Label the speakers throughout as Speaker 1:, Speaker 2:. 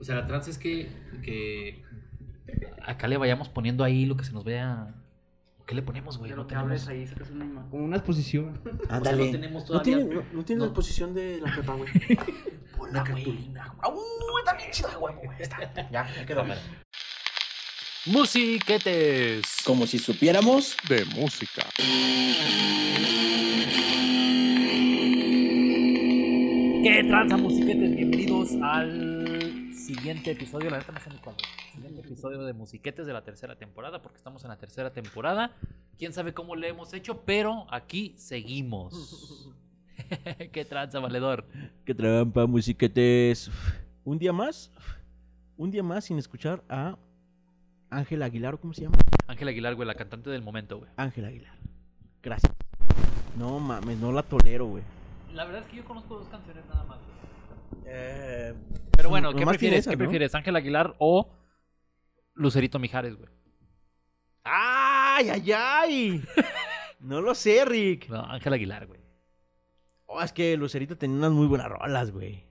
Speaker 1: O sea, la tranza es que, que acá le vayamos poniendo ahí lo que se nos vea. ¿Qué le ponemos, güey?
Speaker 2: Pero
Speaker 1: No
Speaker 2: te abres
Speaker 1: tenemos.
Speaker 2: ahí, sacas una imagen.
Speaker 3: Como una exposición.
Speaker 1: O sea,
Speaker 4: Ándale.
Speaker 1: no tenemos
Speaker 4: no
Speaker 1: todavía.
Speaker 4: tiene, no, no tiene
Speaker 1: No.
Speaker 4: la posición de la pepa, güey.
Speaker 1: Hola,
Speaker 4: la
Speaker 1: güey.
Speaker 4: cartulina. ¡Uy! Está bien chida, güey. güey. Está. Ya, ya quedó.
Speaker 5: Musiquetes
Speaker 4: Como si supiéramos.
Speaker 5: de música.
Speaker 1: ¿Qué tranza, musiquetes? Bienvenidos al siguiente episodio. La neta no sé ni cuál es. Siguiente episodio de musiquetes de la tercera temporada, porque estamos en la tercera temporada. Quién sabe cómo le hemos hecho, pero aquí seguimos. ¿Qué tranza, valedor?
Speaker 4: Qué trampa, musiquetes. Un día más. Un día más sin escuchar a Ángel Aguilar, ¿cómo se llama?
Speaker 1: Ángel Aguilar, güey, la cantante del momento, güey.
Speaker 4: Ángel Aguilar. Gracias. No mames, no la tolero, güey.
Speaker 1: La verdad es que yo conozco dos canciones nada más. güey.
Speaker 4: Eh,
Speaker 1: Pero bueno,
Speaker 4: Nomás
Speaker 1: ¿qué
Speaker 4: tiene
Speaker 1: prefieres?
Speaker 4: esa,
Speaker 1: ¿Qué
Speaker 4: ¿no?
Speaker 1: prefieres? ¿Ángel Aguilar o Lucerito Mijares, güey?
Speaker 4: ¡Ay, ay, ay! No lo sé, Rick.
Speaker 1: No, Ángel Aguilar, güey.
Speaker 4: Oh, es que Lucerito tenía unas muy buenas rolas, güey.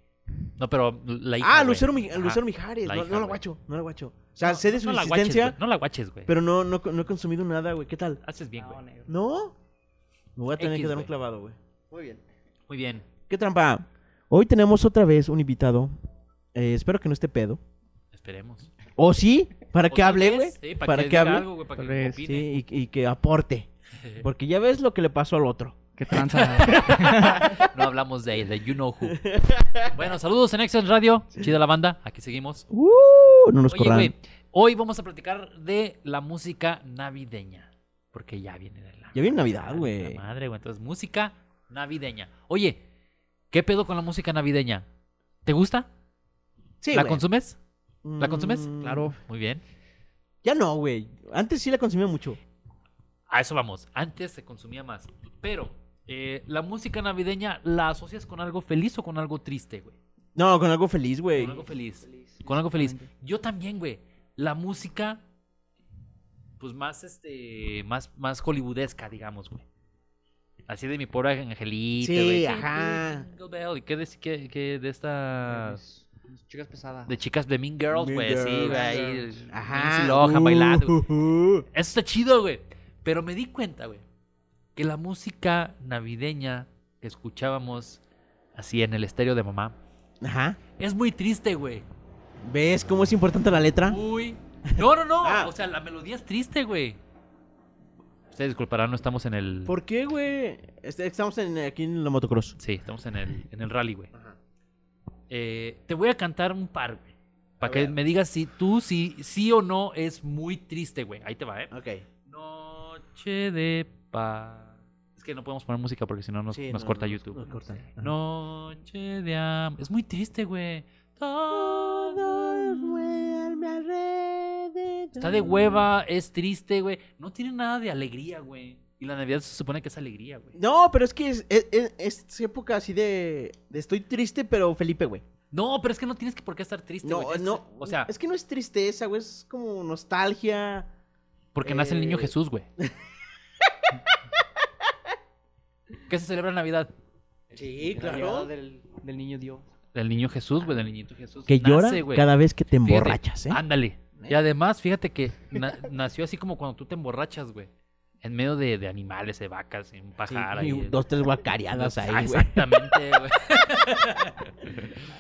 Speaker 1: No, pero la hija.
Speaker 4: Ah,
Speaker 1: güey.
Speaker 4: Lucero, Mi-
Speaker 1: Ajá.
Speaker 4: Lucero Mijares.
Speaker 1: la
Speaker 4: no,
Speaker 1: hija,
Speaker 4: no la
Speaker 1: güey.
Speaker 4: guacho, no la guacho. O sea,
Speaker 1: No,
Speaker 4: sé de su
Speaker 1: no la guaches,
Speaker 4: existencia,
Speaker 1: güey, no la guaches, güey.
Speaker 4: pero no, no, no he consumido nada, güey. ¿Qué tal?
Speaker 1: Haces bien,
Speaker 2: No,
Speaker 1: güey.
Speaker 2: negro.
Speaker 4: ¿No? Me voy a tener
Speaker 1: X,
Speaker 4: que dar un
Speaker 1: güey.
Speaker 4: clavado, güey. Muy bien.
Speaker 1: Muy bien.
Speaker 4: ¿Qué trampa? Hoy tenemos otra vez un invitado. Eh, espero que no esté pedo.
Speaker 1: Esperemos.
Speaker 4: ¿O sí? ¿Para
Speaker 1: O
Speaker 4: que
Speaker 1: tal
Speaker 4: hable,
Speaker 1: vez,
Speaker 4: güey?
Speaker 1: sí, para,
Speaker 4: ¿Para
Speaker 1: que,
Speaker 4: que
Speaker 1: diga
Speaker 4: hable?
Speaker 1: algo, güey, para
Speaker 3: Tal
Speaker 1: que
Speaker 3: vez,
Speaker 1: opine.
Speaker 4: Sí, y, y que aporte. Porque ya ves lo que le pasó al otro.
Speaker 3: Qué tranza.
Speaker 1: No hablamos de, de You Know Who. Bueno, saludos en Excel Radio. Chida la banda. Aquí seguimos.
Speaker 4: Uh, no nos
Speaker 1: Oye,
Speaker 4: corran.
Speaker 1: güey, hoy vamos a platicar de la música navideña. Porque ya viene de la.
Speaker 4: Ya viene Navidad,
Speaker 1: de la
Speaker 4: güey.
Speaker 1: Madre, güey. Entonces, música navideña. Oye, ¿qué pedo con la música navideña? ¿Te gusta?
Speaker 4: Sí,
Speaker 1: ¿La
Speaker 4: güey.
Speaker 1: consumes? ¿La consumes?
Speaker 4: Mm,
Speaker 1: Muy bien.
Speaker 4: Ya no, güey. Antes sí la consumía mucho.
Speaker 1: A eso vamos. Antes se consumía más. Pero, eh, ¿la música navideña la asocias con algo feliz o con algo triste, güey?
Speaker 4: No, con algo feliz, güey.
Speaker 1: Con algo feliz. Con algo feliz. Yo también, güey. La música, pues más, este, más, más hollywoodesca, digamos, güey. Así de mi pobre angelita,
Speaker 4: Sí,
Speaker 1: güey.
Speaker 4: ajá.
Speaker 1: Jingle bell. ¿Y qué de, qué- qué de esta...
Speaker 3: Chicas pesadas.
Speaker 1: De chicas de Mean Girls,
Speaker 4: Mean
Speaker 1: güey, sí,
Speaker 4: Girls.
Speaker 1: güey. ahí, Lindsay
Speaker 4: Ajá.
Speaker 1: Lohan
Speaker 4: Uh,
Speaker 1: bailando. güey.
Speaker 4: uh, uh.
Speaker 1: Eso está chido, güey. Pero me di cuenta, güey, que la música navideña que escuchábamos así en el estéreo de mamá
Speaker 4: Ajá.
Speaker 1: es muy triste, güey.
Speaker 4: ¿Ves cómo es importante la letra?
Speaker 1: Uy. No, no, no.
Speaker 4: Ah.
Speaker 1: O sea, la melodía es triste, güey. Ustedes disculparán, no estamos en el.
Speaker 4: ¿Por qué, güey? Este- Estamos en- aquí en la motocross.
Speaker 1: Sí, estamos en el, en el rally, güey. Eh, te voy a cantar un par, güey. Para que me digas si tú sí, sí o no es muy triste, güey. Ahí te va, ¿eh?
Speaker 4: Ok.
Speaker 1: Noche de paz. Es que no podemos poner música porque si no nos,
Speaker 4: Sí,
Speaker 1: nos
Speaker 4: no,
Speaker 1: corta
Speaker 4: no,
Speaker 1: YouTube.
Speaker 4: nos corta. Ajá.
Speaker 1: Noche de amor. Es muy triste, güey. Todo
Speaker 4: Todo duerme alrededor.
Speaker 1: Está de hueva, es triste, güey. No tiene nada de alegría, güey. Y la Navidad se supone que es alegría, güey.
Speaker 4: No, pero es que es, es- es- es época así de, de Estoy triste, pero Felipe, güey.
Speaker 1: No, pero es que no tienes que por qué estar triste,
Speaker 4: No,
Speaker 1: Este güey. Tienes
Speaker 4: no.
Speaker 1: que- O sea,
Speaker 4: Es que no es tristeza, güey. Es como nostalgia.
Speaker 1: porque nace el niño
Speaker 4: eh.
Speaker 1: Jesús, güey. ¿Qué se celebra en Navidad?
Speaker 4: Sí,
Speaker 2: La llegada Del, del niño Dios.
Speaker 1: Del niño Jesús, güey, del niñito Jesús.
Speaker 4: Que llora
Speaker 1: Nace, güey.
Speaker 4: cada vez que te
Speaker 1: Fíjate, Ah,
Speaker 4: emborrachas, ¿eh?
Speaker 1: Ándale. Y además, fíjate que na- nació así como cuando tú te emborrachas, güey. En medio de, de animales, de vacas, y un
Speaker 4: Sí,
Speaker 1: pajar.
Speaker 4: y
Speaker 1: ahí,
Speaker 4: dos, tres guacareadas
Speaker 1: Ah,
Speaker 4: ahí, güey.
Speaker 1: Exactamente, güey. Ah,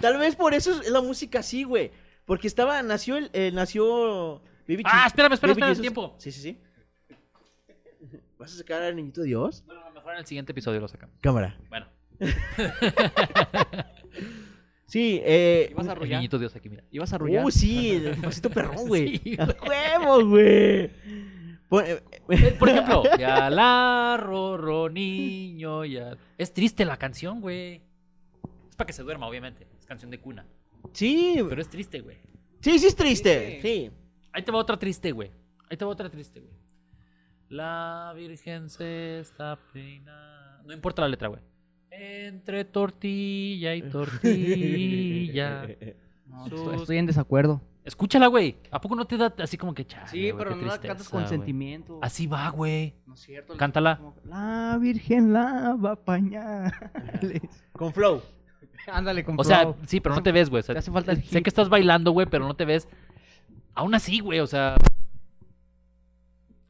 Speaker 4: Tal vez por eso es la música así, güey. Porque estaba, nació el, eh, nació... Baby
Speaker 1: Ah,
Speaker 4: Jesus-
Speaker 1: espérame, espérame, espérame,
Speaker 4: Baby Jesus.
Speaker 1: tiempo.
Speaker 4: Sí, sí, sí. ¿Vas a sacar al niñito Dios?
Speaker 1: Bueno, a lo mejor en el siguiente episodio lo sacamos.
Speaker 4: Cámara.
Speaker 1: Bueno,
Speaker 4: Sí, eh...
Speaker 2: Ibas a
Speaker 1: el
Speaker 2: arrollar.
Speaker 1: niñito Dios aquí, mira.
Speaker 2: Ibas a arrollar.
Speaker 4: Uh, sí, el pasito perrón, güey.
Speaker 1: Sí,
Speaker 4: a huevo, güey. Pon- eh, eh,
Speaker 1: Por ejemplo, ya la rorro niño, ya. Es triste la canción, güey. Es para que se duerma, obviamente. Es canción de cuna.
Speaker 4: Sí,
Speaker 1: Pero es triste, güey.
Speaker 4: sí, sí es triste.
Speaker 2: Sí.
Speaker 4: Sí.
Speaker 1: Ahí te va otra triste, güey. Ahí te va otra triste, güey. La virgen se está peinando. No importa la letra, güey. Entre tortilla y tortilla.
Speaker 2: No,
Speaker 1: Sus-
Speaker 2: estoy, estoy en desacuerdo.
Speaker 1: Escúchala, güey. ¿A poco no te da así como que chale,
Speaker 2: Sí,
Speaker 1: güey,
Speaker 2: pero
Speaker 1: qué
Speaker 2: no la cantas
Speaker 1: tristeza,
Speaker 2: con
Speaker 1: güey?
Speaker 2: sentimiento.
Speaker 1: Así va, güey.
Speaker 2: No es cierto.
Speaker 1: Cántala.
Speaker 2: Como que, La Virgen lava pañales.
Speaker 4: Con flow.
Speaker 3: Ándale,
Speaker 1: O sea, sí, pero no te ves, güey. o sea,
Speaker 3: Te hace falta el
Speaker 1: sé
Speaker 3: hip.
Speaker 1: que estás bailando, güey, pero no te ves. Aún así, güey, o sea.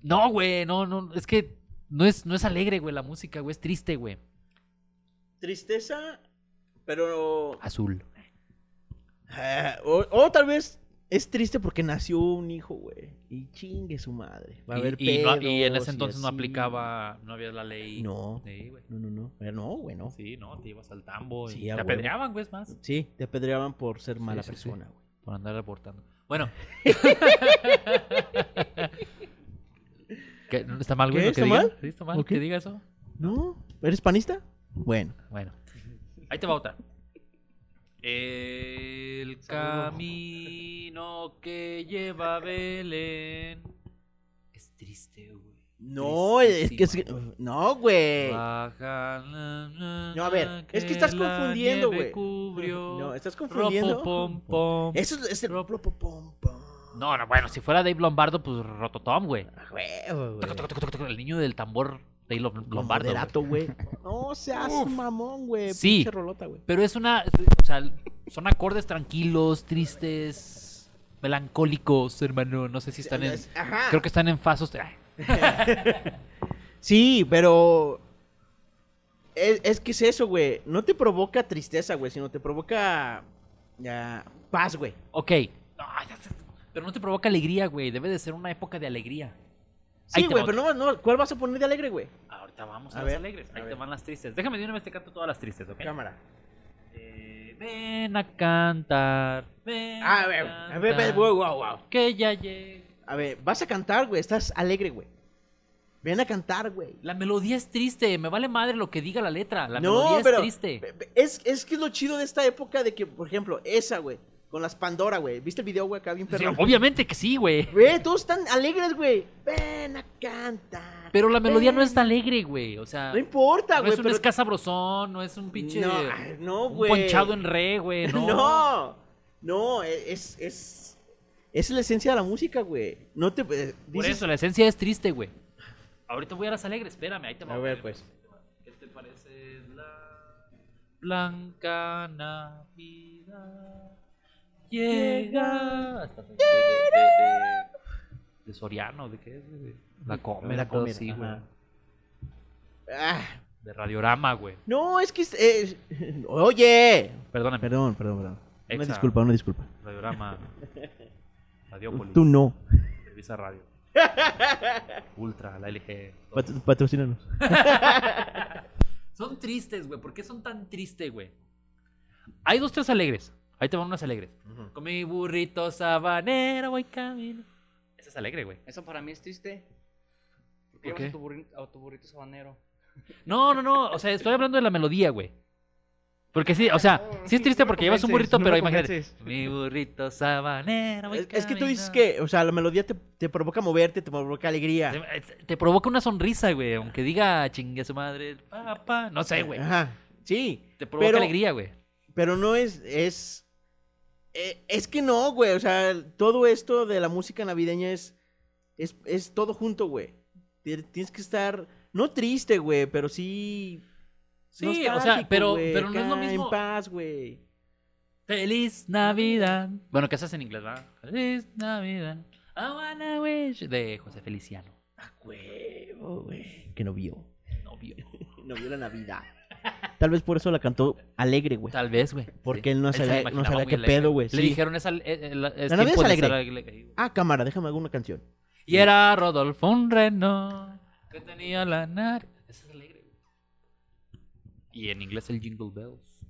Speaker 1: No, güey, no, no. Es que no es, no es alegre, güey, la música, güey. Es triste, güey.
Speaker 4: Tristeza, pero...
Speaker 1: Azul.
Speaker 4: Ah, o, o tal vez es triste porque nació un hijo, güey. Y chingue su madre. Va a
Speaker 1: Y-
Speaker 4: haber
Speaker 1: y, no- y en
Speaker 4: pedos
Speaker 1: ese entonces no
Speaker 4: así.
Speaker 1: aplicaba, no había la ley.
Speaker 4: No,
Speaker 1: Sí, güey.
Speaker 4: no, no, no. Eh, No, güey, no. Sí.
Speaker 1: Sí, no, te ibas al tambo. y
Speaker 4: Sí, a
Speaker 1: te
Speaker 4: huevo.
Speaker 1: apedreaban, güey, es más.
Speaker 4: te apedreaban por ser mala
Speaker 1: sí, sí.
Speaker 4: persona, güey.
Speaker 1: Por andar reportando. Bueno. ¿Qué? ¿No ¿Está mal, güey?
Speaker 4: ¿Qué?
Speaker 1: lo que
Speaker 4: ¿Está
Speaker 1: diga?
Speaker 4: mal?
Speaker 1: ¿Sí está mal
Speaker 4: ¿O qué?
Speaker 1: que diga eso?
Speaker 4: ¿No? ¿Eres panista? Bueno.
Speaker 1: Bueno. Ahí te va otra. El camino que lleva a Belén es triste, güey.
Speaker 4: No, es que es que...
Speaker 1: Tristísimo.
Speaker 4: No, güey.
Speaker 1: Baja la
Speaker 4: No, a ver,
Speaker 1: nana
Speaker 4: es que
Speaker 1: que
Speaker 4: estás
Speaker 1: la
Speaker 4: confundiendo,
Speaker 1: nieve
Speaker 4: güey.
Speaker 1: cubrió.
Speaker 4: No, estás
Speaker 1: Ropo,
Speaker 4: confundiendo.
Speaker 1: pom, pom.
Speaker 4: Eso es- es el...
Speaker 1: Ropo,
Speaker 4: Ropo, pom, pom.
Speaker 1: No, no, bueno, si fuera Dave Lombardo, pues Rototom, güey.
Speaker 4: Ah, huevo, güey.
Speaker 1: Toc, toc, toc, toc, toc, El niño del tambor Dave Lom-
Speaker 4: Con
Speaker 1: Lombardo. güey.
Speaker 4: moderato, güey. No seas
Speaker 1: Uf.
Speaker 4: mamón, güey.
Speaker 1: Sí.
Speaker 4: Pinche rolota, güey.
Speaker 1: Pero es una. O sea, son acordes tranquilos, tristes, melancólicos, hermano. No sé si están en.
Speaker 4: Ajá.
Speaker 1: Creo que están en fa soste- ay,
Speaker 4: Sí, pero. Es, es que es eso, güey. No te provoca tristeza, güey, sino te provoca. Ya. Paz, güey.
Speaker 1: Ok. Ay, Pero no te provoca alegría, güey. Debe de ser una época de alegría. Ahí
Speaker 4: Sí,
Speaker 1: te
Speaker 4: güey,
Speaker 1: va
Speaker 4: pero no, no. ¿Cuál vas a poner de alegre, güey?
Speaker 1: Ahorita vamos a,
Speaker 4: A
Speaker 1: las
Speaker 4: ver,
Speaker 1: alegres.
Speaker 4: a
Speaker 1: Ahí te
Speaker 4: ver.
Speaker 1: van las tristes. Déjame de una vez te canto todas las tristes, ¿ok?
Speaker 4: Cámara.
Speaker 1: Eh, ven a cantar. Ven
Speaker 4: A ver,
Speaker 1: cantar,
Speaker 4: a ver, Ah, ve- wow, wow, wow.
Speaker 1: Que ya llegué.
Speaker 4: A ver, vas a cantar, güey. Estás alegre, güey. Ven a cantar, güey.
Speaker 1: La melodía es triste. Me vale madre lo que diga la letra. La
Speaker 4: No,
Speaker 1: melodía
Speaker 4: pero-
Speaker 1: es triste.
Speaker 4: Pe- pe- Es, es que es lo chido de esta época de que, por ejemplo, esa, güey. Con las Pandora, güey. ¿Viste el video, güey? Acá bien
Speaker 1: Sí,
Speaker 4: perro.
Speaker 1: obviamente que sí, güey.
Speaker 4: Güey, todos están alegres, güey. Ven a cantar.
Speaker 1: Pero la melodía no
Speaker 4: Ven.
Speaker 1: es alegre, güey. O sea,
Speaker 4: No importa,
Speaker 1: no
Speaker 4: güey.
Speaker 1: es un
Speaker 4: pero-
Speaker 1: escasabrosón, no es un pinche.
Speaker 4: No, ay, no,
Speaker 1: un
Speaker 4: güey.
Speaker 1: ponchado en re, güey. No.
Speaker 4: No, no, e, es, es, es la esencia de la música, güey. No te... eh,
Speaker 1: Por
Speaker 4: dices-
Speaker 1: eso, la esencia es triste, güey. Ahorita voy a las alegres, espérame, ahí te va.
Speaker 4: A ver, pues.
Speaker 1: ¿Qué te parece la blanca Navidad? Llega. Hasta de, de- de- de- de Soriano, ¿de qué es? güey? De La Comer,
Speaker 4: La
Speaker 1: todo
Speaker 4: Comer,
Speaker 1: así,
Speaker 4: ajá.
Speaker 1: güey.
Speaker 4: Ah,
Speaker 1: De Radiorama, güey.
Speaker 4: no, es que... es- eh, oye.
Speaker 1: Perdóname.
Speaker 4: Perdón, perdón, perdón. Una
Speaker 1: Exa.
Speaker 4: disculpa, una disculpa.
Speaker 1: Radiorama. Radiópolis.
Speaker 4: Tú no.
Speaker 1: Televisa Radio. Ultra, la LG. todo.
Speaker 4: Pat- patrocínanos.
Speaker 1: Son tristes, güey. ¿Por qué son tan tristes, güey? Hay dos, tres alegres. Ahí te van unas alegres. Con mi burrito sabanero voy camino. Esa es alegre, güey.
Speaker 3: Eso para mí es triste. ¿Por
Speaker 1: ¿Por qué?
Speaker 3: qué? llevas a tu burrito, a tu burrito sabanero?
Speaker 1: No, no, no. O sea, estoy hablando de la melodía, güey. Porque sí, o sea, Ah, sí es triste
Speaker 3: No me
Speaker 1: porque llevas un
Speaker 3: convences,
Speaker 1: burrito,
Speaker 3: no
Speaker 1: pero
Speaker 3: me
Speaker 1: imagínate.
Speaker 3: convences.
Speaker 1: Mi burrito sabanero voy
Speaker 4: Es, es que tú dices
Speaker 1: camino.
Speaker 4: que, o sea, la melodía te, te provoca moverte, te provoca alegría.
Speaker 1: Te, te provoca una sonrisa, güey. Aunque diga chingue a su madre, el papá. No sé, güey.
Speaker 4: Ajá. Sí,
Speaker 1: Te provoca
Speaker 4: Pero-
Speaker 1: alegría, güey.
Speaker 4: pero no es... es... eh, Es que no, güey, o sea, todo esto de la música navideña es, es, es todo junto, güey. Ti- Tienes que estar, no triste, güey, pero sí...
Speaker 1: Sí, o sea,
Speaker 4: nostálgico,
Speaker 1: pero-
Speaker 4: güey,
Speaker 1: pero no es lo
Speaker 4: acá
Speaker 1: mismo.
Speaker 4: En paz, güey.
Speaker 1: Feliz Navidad. Bueno, ¿qué haces en inglés, verdad? Feliz Navidad. I wanna wish. De José Feliciano.
Speaker 4: A huevo, güey. Que no vio.
Speaker 1: Novio.
Speaker 4: No vio la Navidad. Tal vez por eso la cantó alegre, güey.
Speaker 1: Tal vez, güey.
Speaker 4: Porque
Speaker 1: Sí.
Speaker 4: él no
Speaker 1: se
Speaker 4: sabía-
Speaker 1: la imaginaba
Speaker 4: no sabía
Speaker 1: muy
Speaker 4: qué
Speaker 1: alegre.
Speaker 4: pedo, güey,
Speaker 1: Le
Speaker 4: sí.
Speaker 1: dijeron, es, al- eh, eh, la- es
Speaker 4: La Navidad
Speaker 1: tiempo
Speaker 4: es
Speaker 1: de ser
Speaker 4: alegre.
Speaker 1: güey.
Speaker 4: Ah, cámara, déjame alguna canción.
Speaker 1: Y era Rodolfo un reno que tenía la nar. Ese es alegre, güey. Y en inglés el Jingle Bells.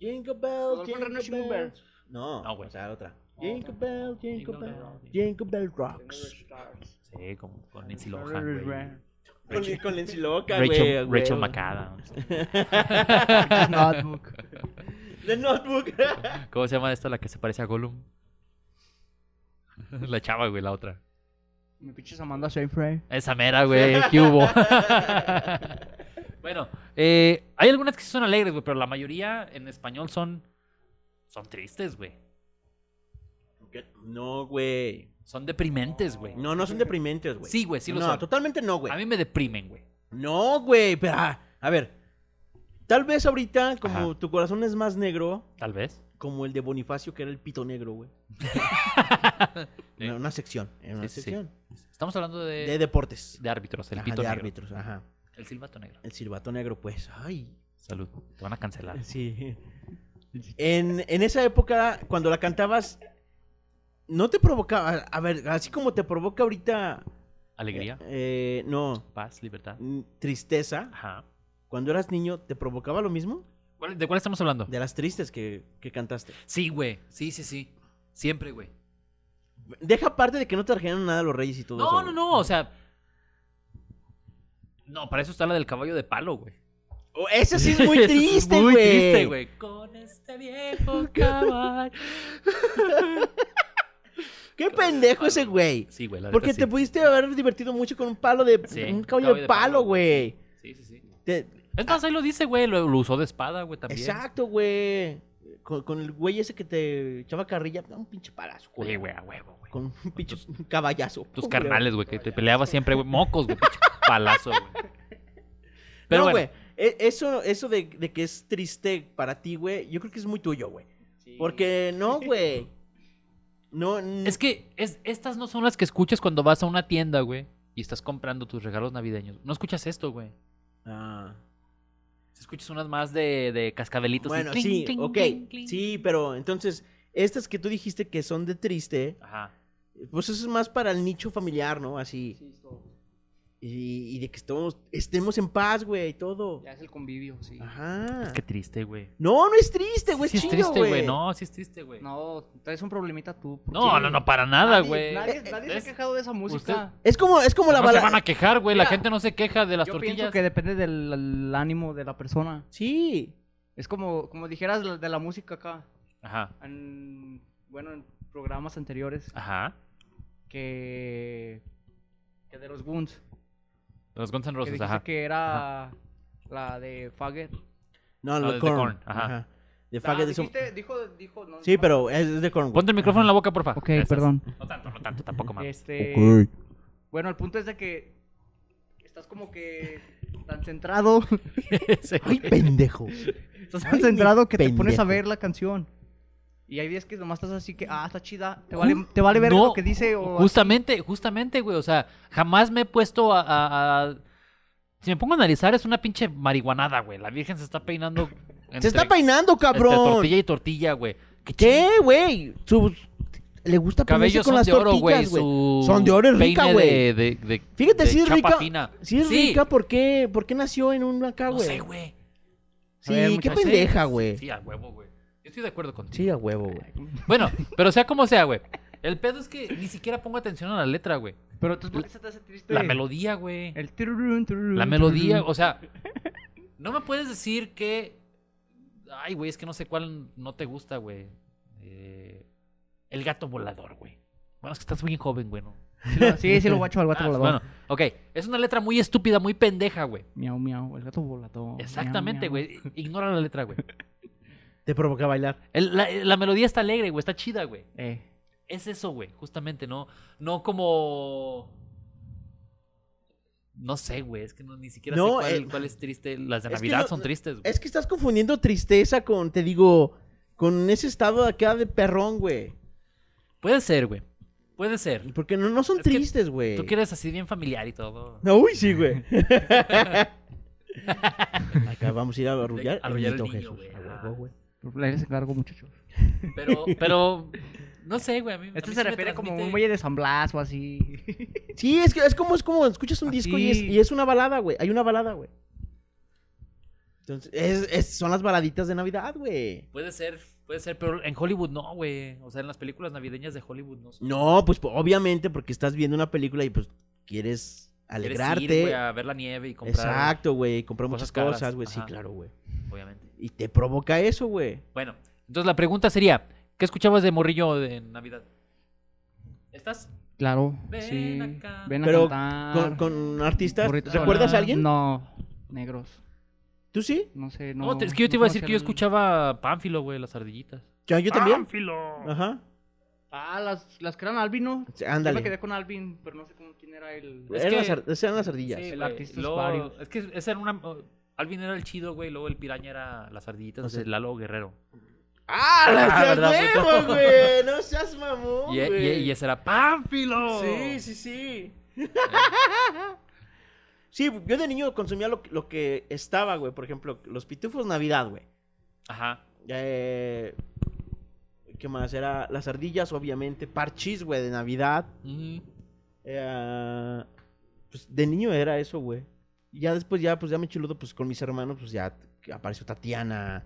Speaker 4: Jingle bell,
Speaker 3: Rodolfo Reno
Speaker 4: jingle
Speaker 3: Schubert.
Speaker 4: bell. No,
Speaker 1: No, güey.
Speaker 4: o sea, otra.
Speaker 3: Otra.
Speaker 4: Jingle bell, jingle
Speaker 1: Jingle
Speaker 4: bell,
Speaker 1: bell.
Speaker 4: jingle bell rocks.
Speaker 1: Sí, como con Nancy Lohan, güey.
Speaker 4: Con, con Lindsay Loca, güey. a
Speaker 1: Rachel,
Speaker 4: huevo.
Speaker 1: Rachel McAdams.
Speaker 2: Notebook.
Speaker 4: The Notebook.
Speaker 1: ¿Cómo se llama esta la que se parece a Gollum? La chava, güey, la otra.
Speaker 3: Mi pinche Amanda Seyfried.
Speaker 1: Esa mera, güey, ¿qué hubo? bueno, eh, hay algunas que sí son alegres, güey, pero la mayoría en español son, son tristes, güey.
Speaker 4: no, güey.
Speaker 1: Son deprimentes, güey.
Speaker 4: No, no son deprimentes, güey.
Speaker 1: Sí, güey, sí lo
Speaker 4: no,
Speaker 1: son.
Speaker 4: totalmente no, güey.
Speaker 1: A mí me deprimen, güey.
Speaker 4: No, güey, pero ah, a ver. Tal vez ahorita, como
Speaker 1: Ajá.
Speaker 4: tu corazón es más negro,
Speaker 1: Tal vez.
Speaker 4: como el de Bonifacio, que era el pito negro, güey.
Speaker 1: Sí.
Speaker 4: Era una sección. era
Speaker 1: Sí,
Speaker 4: una
Speaker 1: sí, sí.
Speaker 4: sección.
Speaker 1: Estamos hablando de,
Speaker 4: De
Speaker 1: de,
Speaker 4: deportes.
Speaker 1: árbitros, el
Speaker 4: Ajá,
Speaker 1: pito
Speaker 4: de
Speaker 1: negro.
Speaker 4: árbitros, ajá.
Speaker 1: El silbato negro.
Speaker 4: El silbato negro, pues. Ay.
Speaker 1: Salud. Te van a cancelar.
Speaker 4: Sí. En, en esa época, cuando la cantabas, no te provocaba. A ver, así como te provoca ahorita.
Speaker 1: Alegría,
Speaker 4: eh, no.
Speaker 1: paz, libertad.
Speaker 4: mm, Tristeza.
Speaker 1: Ajá.
Speaker 4: Cuando eras niño, ¿te provocaba lo mismo?
Speaker 1: ¿Cuál- ¿De cuál estamos hablando?
Speaker 4: De las tristes que, que cantaste.
Speaker 1: Sí, güey. Sí, sí, sí. Siempre, güey.
Speaker 4: Deja aparte de que no te trajeron nada los reyes y todo eso.
Speaker 1: No, no,
Speaker 4: güey.
Speaker 1: no. O sea. No, para eso está la del caballo de palo, güey.
Speaker 4: Oh, Ese sí es muy
Speaker 1: Eso
Speaker 4: triste,
Speaker 1: muy
Speaker 4: güey.
Speaker 1: triste, güey. Con este viejo caballo.
Speaker 4: Qué pendejo ese güey.
Speaker 1: Sí, güey. la neta
Speaker 4: Porque
Speaker 1: sí.
Speaker 4: te pudiste haber divertido mucho con un palo de.
Speaker 1: Sí,
Speaker 4: un caballo de palo, güey.
Speaker 1: Sí, sí, sí.
Speaker 4: Te-
Speaker 1: Es más, ahí lo dice, güey. Lo, lo usó de espada, güey, también.
Speaker 4: Exacto, güey. Con, con el güey ese que te echaba carrilla, da un pinche palazo,
Speaker 1: Güey, güey,
Speaker 4: güey.
Speaker 1: a huevo, güey.
Speaker 4: Con un pinche caballazo.
Speaker 1: Tus
Speaker 4: güey.
Speaker 1: carnales, güey, que te peleabas siempre, güey. Mocos, güey. pinche Palazo, güey. Pero
Speaker 4: no,
Speaker 1: bueno.
Speaker 4: güey. e- Eso, eso de, de que es triste para ti, güey, yo creo que es muy tuyo, güey. Porque no, güey. No, n-
Speaker 1: Es que es- estas no son las que escuchas cuando vas a una tienda, güey, y estás comprando tus regalos navideños. No escuchas esto, güey.
Speaker 4: Ah.
Speaker 1: Si Escuchas unas más de, de cascabelitos.
Speaker 4: Bueno,
Speaker 1: así,
Speaker 4: sí,
Speaker 1: cling, cling,
Speaker 4: ok.
Speaker 1: cling, cling.
Speaker 4: Sí, pero entonces, estas que tú dijiste que son de triste,
Speaker 1: Ajá.
Speaker 4: pues eso es más para el nicho familiar, ¿no? Así.
Speaker 3: Sí, todo.
Speaker 4: Y, y de que estemos, estemos en paz, güey, y todo.
Speaker 3: Ya es el convivio, sí.
Speaker 4: Ajá.
Speaker 1: Es que triste, güey.
Speaker 4: No, no es triste,
Speaker 3: Este
Speaker 4: güey.
Speaker 1: Sí,
Speaker 4: es
Speaker 1: es
Speaker 4: chido,
Speaker 1: triste, güey. No, sí es triste, güey. No,
Speaker 3: No, traes un problemita tú. porque-
Speaker 1: no, no, para nada,
Speaker 3: Nadie-
Speaker 1: güey. Eh,
Speaker 3: Nadie,
Speaker 1: ¿Ves?
Speaker 3: nadie se ha quejado de esa música.
Speaker 4: Es como, es como la
Speaker 1: Pues no
Speaker 4: bala.
Speaker 1: se van a quejar, güey. La
Speaker 3: Mira,
Speaker 1: gente no se queja de las
Speaker 3: Yo
Speaker 1: tortillas.
Speaker 3: pienso que depende del el ánimo de la persona.
Speaker 4: Sí.
Speaker 3: Es como, como dijeras la- de la música acá.
Speaker 1: Ajá.
Speaker 3: En- bueno, en programas anteriores.
Speaker 1: Ajá.
Speaker 3: Que. Que de los Guns.
Speaker 1: Los Guns N'
Speaker 3: que
Speaker 1: Roses,
Speaker 3: dijiste
Speaker 1: ajá.
Speaker 3: que era la de Faggot.
Speaker 1: No,
Speaker 4: No, lo
Speaker 1: es de
Speaker 4: corn.
Speaker 1: Korn, ajá.
Speaker 4: De
Speaker 3: Ah,
Speaker 4: Faggot es un-
Speaker 3: dijiste- dijo, dijo, no,
Speaker 4: Sí,
Speaker 3: no-
Speaker 4: pero es de corn. güey.
Speaker 1: Ponte el micrófono en la boca, porfa.
Speaker 3: Ok,
Speaker 1: Ah, Gracias.
Speaker 3: perdón.
Speaker 1: No tanto, no tanto, tampoco más.
Speaker 3: Este, Bueno, el punto es de que estás como que tan centrado,
Speaker 4: Ay, pendejo.
Speaker 3: estás
Speaker 4: Ay,
Speaker 3: tan
Speaker 4: mi
Speaker 3: centrado que te pones
Speaker 4: pendejo.
Speaker 3: a ver la canción. Y hay días que nomás estás así que, ah, está chida, te vale, te vale ver
Speaker 1: No,
Speaker 3: lo que dice o...
Speaker 1: Justamente, justamente, güey. O sea, jamás me he puesto a, a- a- Si me pongo a analizar, es una pinche marihuanada, güey. La virgen se está peinando.
Speaker 4: Se
Speaker 1: entre-
Speaker 4: está peinando,
Speaker 1: entre
Speaker 4: cabrón.
Speaker 1: tortilla y tortilla, güey. ¿Qué,
Speaker 4: ¿Qué,
Speaker 1: ching-
Speaker 4: güey? Su- Le gusta peinarse
Speaker 1: Cabellos
Speaker 4: con
Speaker 1: son
Speaker 4: las
Speaker 1: de oro, güey.
Speaker 4: tortillas, güey.
Speaker 1: Su...
Speaker 4: Son de oro, es rica,
Speaker 1: peine
Speaker 4: güey.
Speaker 1: de- de- de-
Speaker 4: Fíjate,
Speaker 1: de
Speaker 4: sí es
Speaker 1: chapa
Speaker 4: rica.
Speaker 1: fina.
Speaker 4: Si es
Speaker 1: Sí.
Speaker 4: rica, ¿por qué, ¿por qué nació en un acá,
Speaker 1: No
Speaker 4: güey?
Speaker 1: sé, güey.
Speaker 4: sí,
Speaker 3: A ver,
Speaker 4: qué
Speaker 1: No sé.
Speaker 4: pendeja, güey.
Speaker 1: Sí, a huevo, güey. Yo estoy de acuerdo contigo.
Speaker 4: Sí, a huevo, güey.
Speaker 1: Bueno, pero sea como sea, güey. El pedo es que ni siquiera pongo atención a la letra, güey.
Speaker 3: Pero entonces, ¿por qué se te hace triste?
Speaker 1: La melodía, güey.
Speaker 3: El tururún, tururún,
Speaker 1: La melodía,
Speaker 3: tururún?
Speaker 1: o sea, no me puedes decir que. Ay, güey, es que no sé cuál no te gusta, güey. Eh, el gato volador, güey. Bueno, es que estás muy joven, güey. ¿no?
Speaker 3: Sí, lo- Sí, sí, lo guacho al gato
Speaker 1: Ah,
Speaker 3: volador.
Speaker 1: Bueno, ok. Es una letra muy estúpida, muy pendeja, güey.
Speaker 3: Miau, miau, el gato volador.
Speaker 1: Exactamente,
Speaker 3: miau, miau.
Speaker 1: güey. Ignora la letra, güey.
Speaker 4: Te provoca bailar.
Speaker 1: El- la, la melodía está alegre, güey. Está chida, güey.
Speaker 3: Eh,
Speaker 1: Es eso, güey. Justamente, no, no como. No sé, güey. Es que no, ni siquiera sé
Speaker 4: No,
Speaker 1: cuál,
Speaker 4: eh,
Speaker 1: cuál es triste. Las de
Speaker 4: es que
Speaker 1: Navidad
Speaker 4: no-
Speaker 1: son tristes, güey.
Speaker 4: Es que estás confundiendo tristeza con, te digo, con ese estado acá de perrón, güey.
Speaker 1: Puede ser, güey. Puede ser.
Speaker 4: Porque no, no son
Speaker 1: Es que
Speaker 4: tristes, güey.
Speaker 1: Tú quieres así bien familiar y todo.
Speaker 4: No, uy, sí, güey. Acá vamos a ir a arrullar.
Speaker 1: A arrullar
Speaker 4: el
Speaker 1: al
Speaker 4: niño
Speaker 1: niño,
Speaker 4: Jesús,
Speaker 1: güey.
Speaker 4: a huevo, güey.
Speaker 3: les encargo, muchachos.
Speaker 1: Pero, pero. No sé, güey. A mí, a
Speaker 3: Este
Speaker 1: mí
Speaker 3: se
Speaker 1: sí me
Speaker 3: refiere como a un
Speaker 1: transmite-
Speaker 3: muelle de San Blas o así.
Speaker 4: Sí, es que es como, es como escuchas
Speaker 1: Ah,
Speaker 4: un disco y es,
Speaker 3: Así.
Speaker 4: y es una balada, güey. Hay una balada, güey. Entonces, es- es- son las baladitas de Navidad, güey.
Speaker 1: Puede ser, puede ser, pero en Hollywood no, güey. O sea, en las películas navideñas de Hollywood no. son-
Speaker 4: No, pues po- obviamente porque estás viendo una película y pues quieres
Speaker 1: Quieres
Speaker 4: alegrarte.
Speaker 1: ir, güey, a ver la nieve y comprar.
Speaker 4: Exacto, güey. Comprar
Speaker 1: cosas
Speaker 4: muchas
Speaker 1: caras,
Speaker 4: cosas, güey. Sí,
Speaker 1: ajá.
Speaker 4: claro, güey.
Speaker 1: Obviamente.
Speaker 4: Y te provoca eso, güey.
Speaker 1: Bueno, entonces la pregunta sería: ¿qué escuchabas de morrillo de Navidad? ¿Estás?
Speaker 3: Claro,
Speaker 1: Ven
Speaker 3: sí.
Speaker 1: acá.
Speaker 3: Ven a
Speaker 4: Pero
Speaker 1: Ah.
Speaker 3: cantar.
Speaker 4: Con, con artistas.
Speaker 3: Burritos
Speaker 4: ¿Recuerdas a
Speaker 3: Sabanero.
Speaker 4: alguien?
Speaker 3: No, negros.
Speaker 4: ¿Tú sí?
Speaker 3: No sé,
Speaker 1: No,
Speaker 3: no.
Speaker 1: Oh, te- es que yo te iba a
Speaker 3: no
Speaker 1: decir
Speaker 3: sé
Speaker 1: que yo
Speaker 3: el-
Speaker 1: escuchaba Pánfilo, güey, las ardillitas.
Speaker 4: ¿Yo, yo también? Ajá.
Speaker 3: Ah, las, las que eran Alvin, ¿no? Yo me
Speaker 4: Ándale.
Speaker 3: quedé con Alvin, pero no sé cómo- quién era el.
Speaker 1: Es
Speaker 4: Eran,
Speaker 1: que-
Speaker 4: las ar- eran las ardillas.
Speaker 1: Sí,
Speaker 3: El
Speaker 1: güey,
Speaker 3: artista es
Speaker 1: luego-
Speaker 3: varios.
Speaker 1: es que esa era una. oh, Alvin era el chido, güey. Luego el piraña era las ardillitas
Speaker 4: No sé.
Speaker 1: de Lalo Guerrero.
Speaker 4: ¡Ah,
Speaker 1: Ah,
Speaker 4: la
Speaker 1: ¿verdad,
Speaker 4: huevo,
Speaker 1: puto?
Speaker 4: güey! ¡No seas mamón,
Speaker 1: Y, y-
Speaker 4: güey!
Speaker 1: y Oh. Eh. ese era Pánfilo.
Speaker 4: Sí, sí, sí. sí, yo de niño consumía lo, lo que estaba, güey. Por ejemplo, los pitufos Navidad, güey.
Speaker 1: Ajá.
Speaker 4: Eh, ¿Qué más? Era las ardillas, obviamente. Parchis, güey, de Navidad.
Speaker 1: Mm.
Speaker 4: Eh, pues de niño era eso, güey. Y Ya después, ya, pues ya me chiludo, pues con mis hermanos, pues ya apareció Tatiana.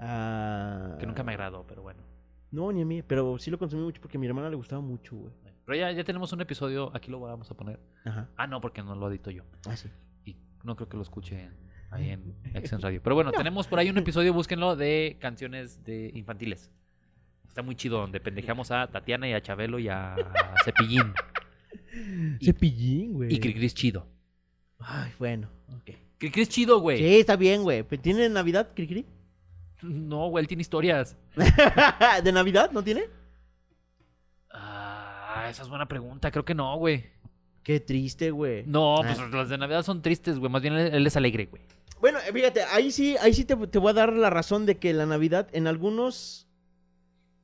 Speaker 4: ah,
Speaker 1: Que nunca me agradó, pero bueno.
Speaker 4: No, ni a mí, pero sí lo consumí mucho porque a mi hermana le gustaba mucho, güey.
Speaker 1: Pero ya, ya tenemos un episodio. Aquí lo vamos a poner.
Speaker 4: Ajá,
Speaker 1: Ah, no, porque no lo edito yo.
Speaker 4: así.
Speaker 1: Y no creo que lo escuche ahí en Accent Radio. Pero bueno, tenemos por ahí un episodio, búsquenlo, de canciones de infantiles. Está muy chido, donde pendejamos a Tatiana y a Chabelo y a Cepillín. Y-
Speaker 4: Cepillín, güey.
Speaker 1: Y Cricri es chido.
Speaker 4: Ay, bueno, ok.
Speaker 1: Cricri es chido, güey.
Speaker 4: Sí, está bien, güey. Pero ¿Tiene Navidad, Cricri?
Speaker 1: No, güey, él tiene historias.
Speaker 4: ¿De Navidad no tiene?
Speaker 1: Ah, esa es buena pregunta. Creo que no, güey.
Speaker 4: Qué triste, güey.
Speaker 1: No,
Speaker 4: Ah.
Speaker 1: pues las de Navidad son tristes, güey. Más bien él, él es alegre, güey.
Speaker 4: Bueno, eh, fíjate, ahí sí, ahí sí te, te voy a dar la razón de que la Navidad en algunos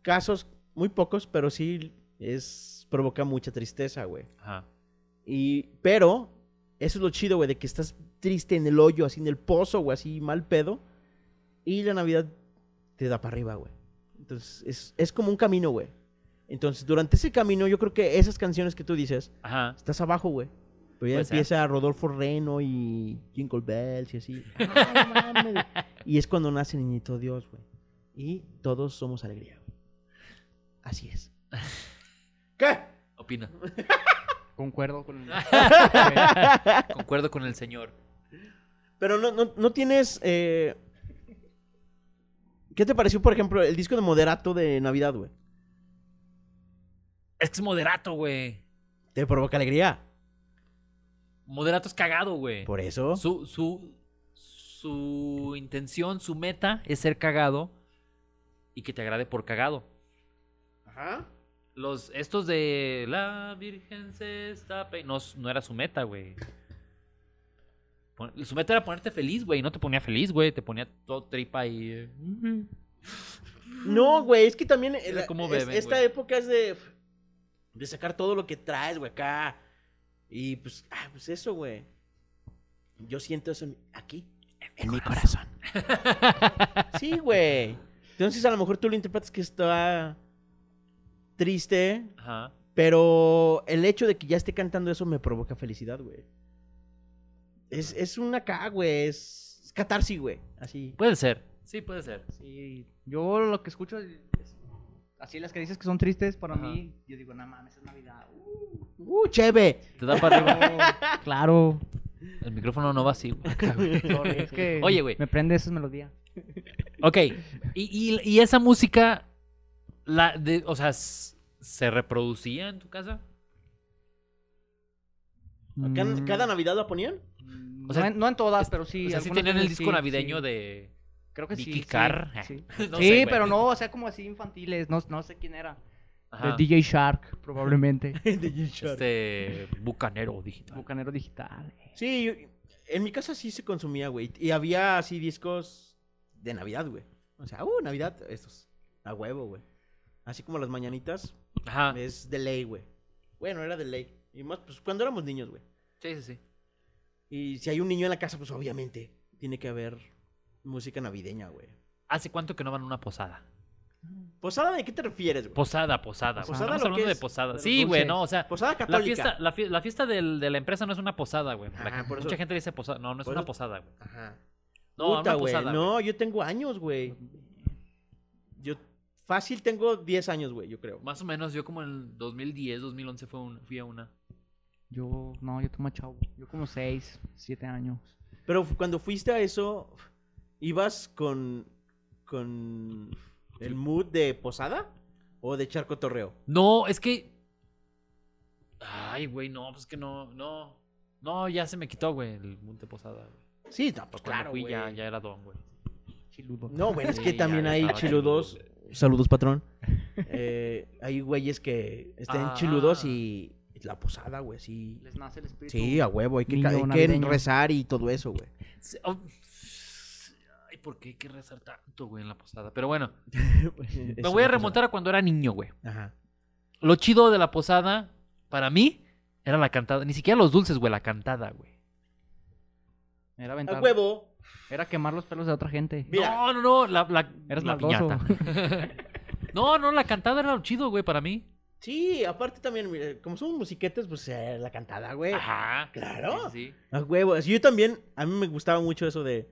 Speaker 4: casos, muy pocos, pero sí es provoca mucha tristeza, güey.
Speaker 1: Ajá.
Speaker 4: Y pero eso es lo chido, güey, de que estás triste en el hoyo, así en el pozo, güey, así mal pedo y la Navidad te da para arriba, güey. Entonces, es, es como un camino, güey. Entonces, durante ese camino, yo creo que esas canciones que tú dices,
Speaker 1: Ajá.
Speaker 4: estás abajo, güey. Pero ya
Speaker 1: Puede ser.
Speaker 4: empieza Rodolfo Reno y Jingle Bells y así. Ay, mames, güey. y es cuando nace Niñito Dios, güey. Y todos somos alegría, güey. Así es. ¿Qué?
Speaker 1: Opina.
Speaker 2: Concuerdo con el...
Speaker 1: Concuerdo con el señor.
Speaker 4: Pero no, no, no tienes... eh, ¿Qué te pareció, por ejemplo, el disco de Moderato de Navidad, güey?
Speaker 1: Es que es moderato, güey.
Speaker 4: ¿Te provoca alegría?
Speaker 1: Moderato es cagado, güey.
Speaker 4: Por eso...
Speaker 1: Su, su, su intención, su meta es ser cagado y que te agrade por cagado.
Speaker 4: Ajá.
Speaker 1: Los, estos de la Virgen se está pe- no, no era su meta, güey. Pon- Su meta era ponerte feliz, güey. y No te ponía feliz, güey. Te ponía todo tripa y. eh,
Speaker 4: No, güey, es que también eh,
Speaker 1: Era
Speaker 4: la-
Speaker 1: como
Speaker 4: es-
Speaker 1: beben,
Speaker 4: esta
Speaker 1: güey.
Speaker 4: época es de de sacar todo lo que traes, güey, acá. Y pues, ah, pues eso, güey. Yo siento eso en- aquí, en mi corazón. sí, güey. Entonces, a lo mejor tú lo interpretas que está triste,
Speaker 1: Ajá.
Speaker 4: pero el hecho de que ya esté cantando eso me provoca felicidad, güey. Es, es una acá, güey. Es es catarsis, güey. Así.
Speaker 1: Puede ser. Sí, puede ser.
Speaker 3: Sí, yo lo que escucho es- es- así las que dices que son tristes para
Speaker 1: Ajá.
Speaker 3: mí, yo digo, no mames, es Navidad. uh".
Speaker 4: ¡Uh, cheve!
Speaker 1: Te da para arriba.
Speaker 2: Claro.
Speaker 1: El micrófono no va así, güey. Acá, güey.
Speaker 3: Sorry, es que
Speaker 1: Oye, güey.
Speaker 2: Me prende esas melodías.
Speaker 1: Ok. Y, y- y esa música, la de, o sea, s- ¿se reproducía en tu casa?
Speaker 4: ¿Cada,
Speaker 2: Mm,
Speaker 4: cada Navidad la ponían?
Speaker 3: mm,
Speaker 1: O sea,
Speaker 3: no, en, no en todas,
Speaker 1: es-
Speaker 3: pero sí.
Speaker 1: o sea, sí
Speaker 3: algunas
Speaker 1: tenían el
Speaker 3: veces
Speaker 1: disco
Speaker 3: sí,
Speaker 1: navideño
Speaker 3: sí.
Speaker 1: de
Speaker 3: Creo que sí,
Speaker 1: Vicky
Speaker 3: sí,
Speaker 1: Carr.
Speaker 3: Sí,
Speaker 1: No
Speaker 3: Sí,
Speaker 1: sé, güey.
Speaker 3: pero no, o sea, como así infantiles, no, no sé quién era.
Speaker 1: Ajá.
Speaker 2: De DJ Shark, probablemente.
Speaker 1: este bucanero digital.
Speaker 2: Bucanero digital.
Speaker 4: Sí, yo- en mi casa sí se consumía, güey. Y había así discos de Navidad, güey. O sea, uh, Navidad, estos. A huevo, güey. Así como las mañanitas,
Speaker 1: Ajá.
Speaker 4: es de ley, güey. Bueno, era de ley. Y más, pues cuando éramos niños, güey.
Speaker 1: Sí, sí, sí.
Speaker 4: Y si hay un niño en la casa, pues obviamente tiene que haber música navideña, güey.
Speaker 1: ¿Hace cuánto que no van a una posada?
Speaker 4: ¿Posada de qué te refieres, güey?
Speaker 1: Posada, posada. güey. Estamos
Speaker 4: Posada, lo que
Speaker 1: hablando de
Speaker 4: es,
Speaker 1: posada.
Speaker 4: de
Speaker 1: Sí,
Speaker 4: los
Speaker 1: güey,
Speaker 4: dulces.
Speaker 1: no, o sea,
Speaker 4: Posada
Speaker 1: la
Speaker 4: católica.
Speaker 1: fiesta, la fie- la fiesta del- de la empresa no es una posada, güey. La-
Speaker 4: Ajá, por eso-
Speaker 1: Mucha gente dice posada. No, no es
Speaker 4: por
Speaker 1: una
Speaker 4: eso-
Speaker 1: posada, güey.
Speaker 4: Ajá.
Speaker 1: No,
Speaker 4: Puta,
Speaker 1: una
Speaker 4: güey.
Speaker 1: posada.
Speaker 4: No, yo tengo años, güey. Yo fácil tengo 10 años, güey, yo creo.
Speaker 1: Más o menos, yo como en el 2010, 2011 fue un- fui a una.
Speaker 2: Yo, no, yo tomo chavo. Yo como 6, 7 años.
Speaker 4: Pero fu- cuando fuiste a eso, ¿ibas con, con el mood de posada o de charco torreo?
Speaker 1: No, es que. Ay, güey, no, pues que no, no. No, ya se me quitó, güey, el monte posada, güey.
Speaker 4: Sí, no, pues
Speaker 1: Cuando fui
Speaker 4: güey.
Speaker 1: ya, ya era don, güey.
Speaker 2: Chiludo.
Speaker 4: No, bueno, es
Speaker 1: Sí,
Speaker 4: que
Speaker 1: ya,
Speaker 4: también
Speaker 1: ya
Speaker 4: hay
Speaker 1: estaba
Speaker 4: chiludos.
Speaker 1: chiludo,
Speaker 4: Saludos, patrón. Eh, hay güeyes que están
Speaker 1: Ah.
Speaker 4: chiludos y y la posada, güey, sí.
Speaker 3: Les nace el espíritu.
Speaker 4: Sí, a huevo, hay que,
Speaker 2: Niño
Speaker 4: ca- hay que
Speaker 2: navideño.
Speaker 4: rezar y todo eso, güey.
Speaker 1: Se- oh, Ay, ¿por qué hay que rezar tanto, güey, en la posada? Pero bueno, me voy a remontar a cuando era niño, güey.
Speaker 4: Ajá.
Speaker 1: Lo chido de la posada, para mí, era la cantada. Ni siquiera los dulces, güey, la cantada, güey.
Speaker 2: Era
Speaker 4: A
Speaker 2: aventar.
Speaker 4: huevo.
Speaker 2: Era quemar los pelos de otra gente.
Speaker 4: Mira.
Speaker 1: No, no, no, la, la,
Speaker 2: Eres
Speaker 1: la
Speaker 2: maldoso.
Speaker 1: piñata. no, no, la cantada era lo chido, güey, para mí.
Speaker 4: Sí, aparte también, mira, como somos musiquetes, pues eh, la cantada, güey.
Speaker 1: Ajá.
Speaker 4: claro.
Speaker 1: Sí, sí, sí.
Speaker 4: A huevos. Yo también, a mí me gustaba mucho eso de,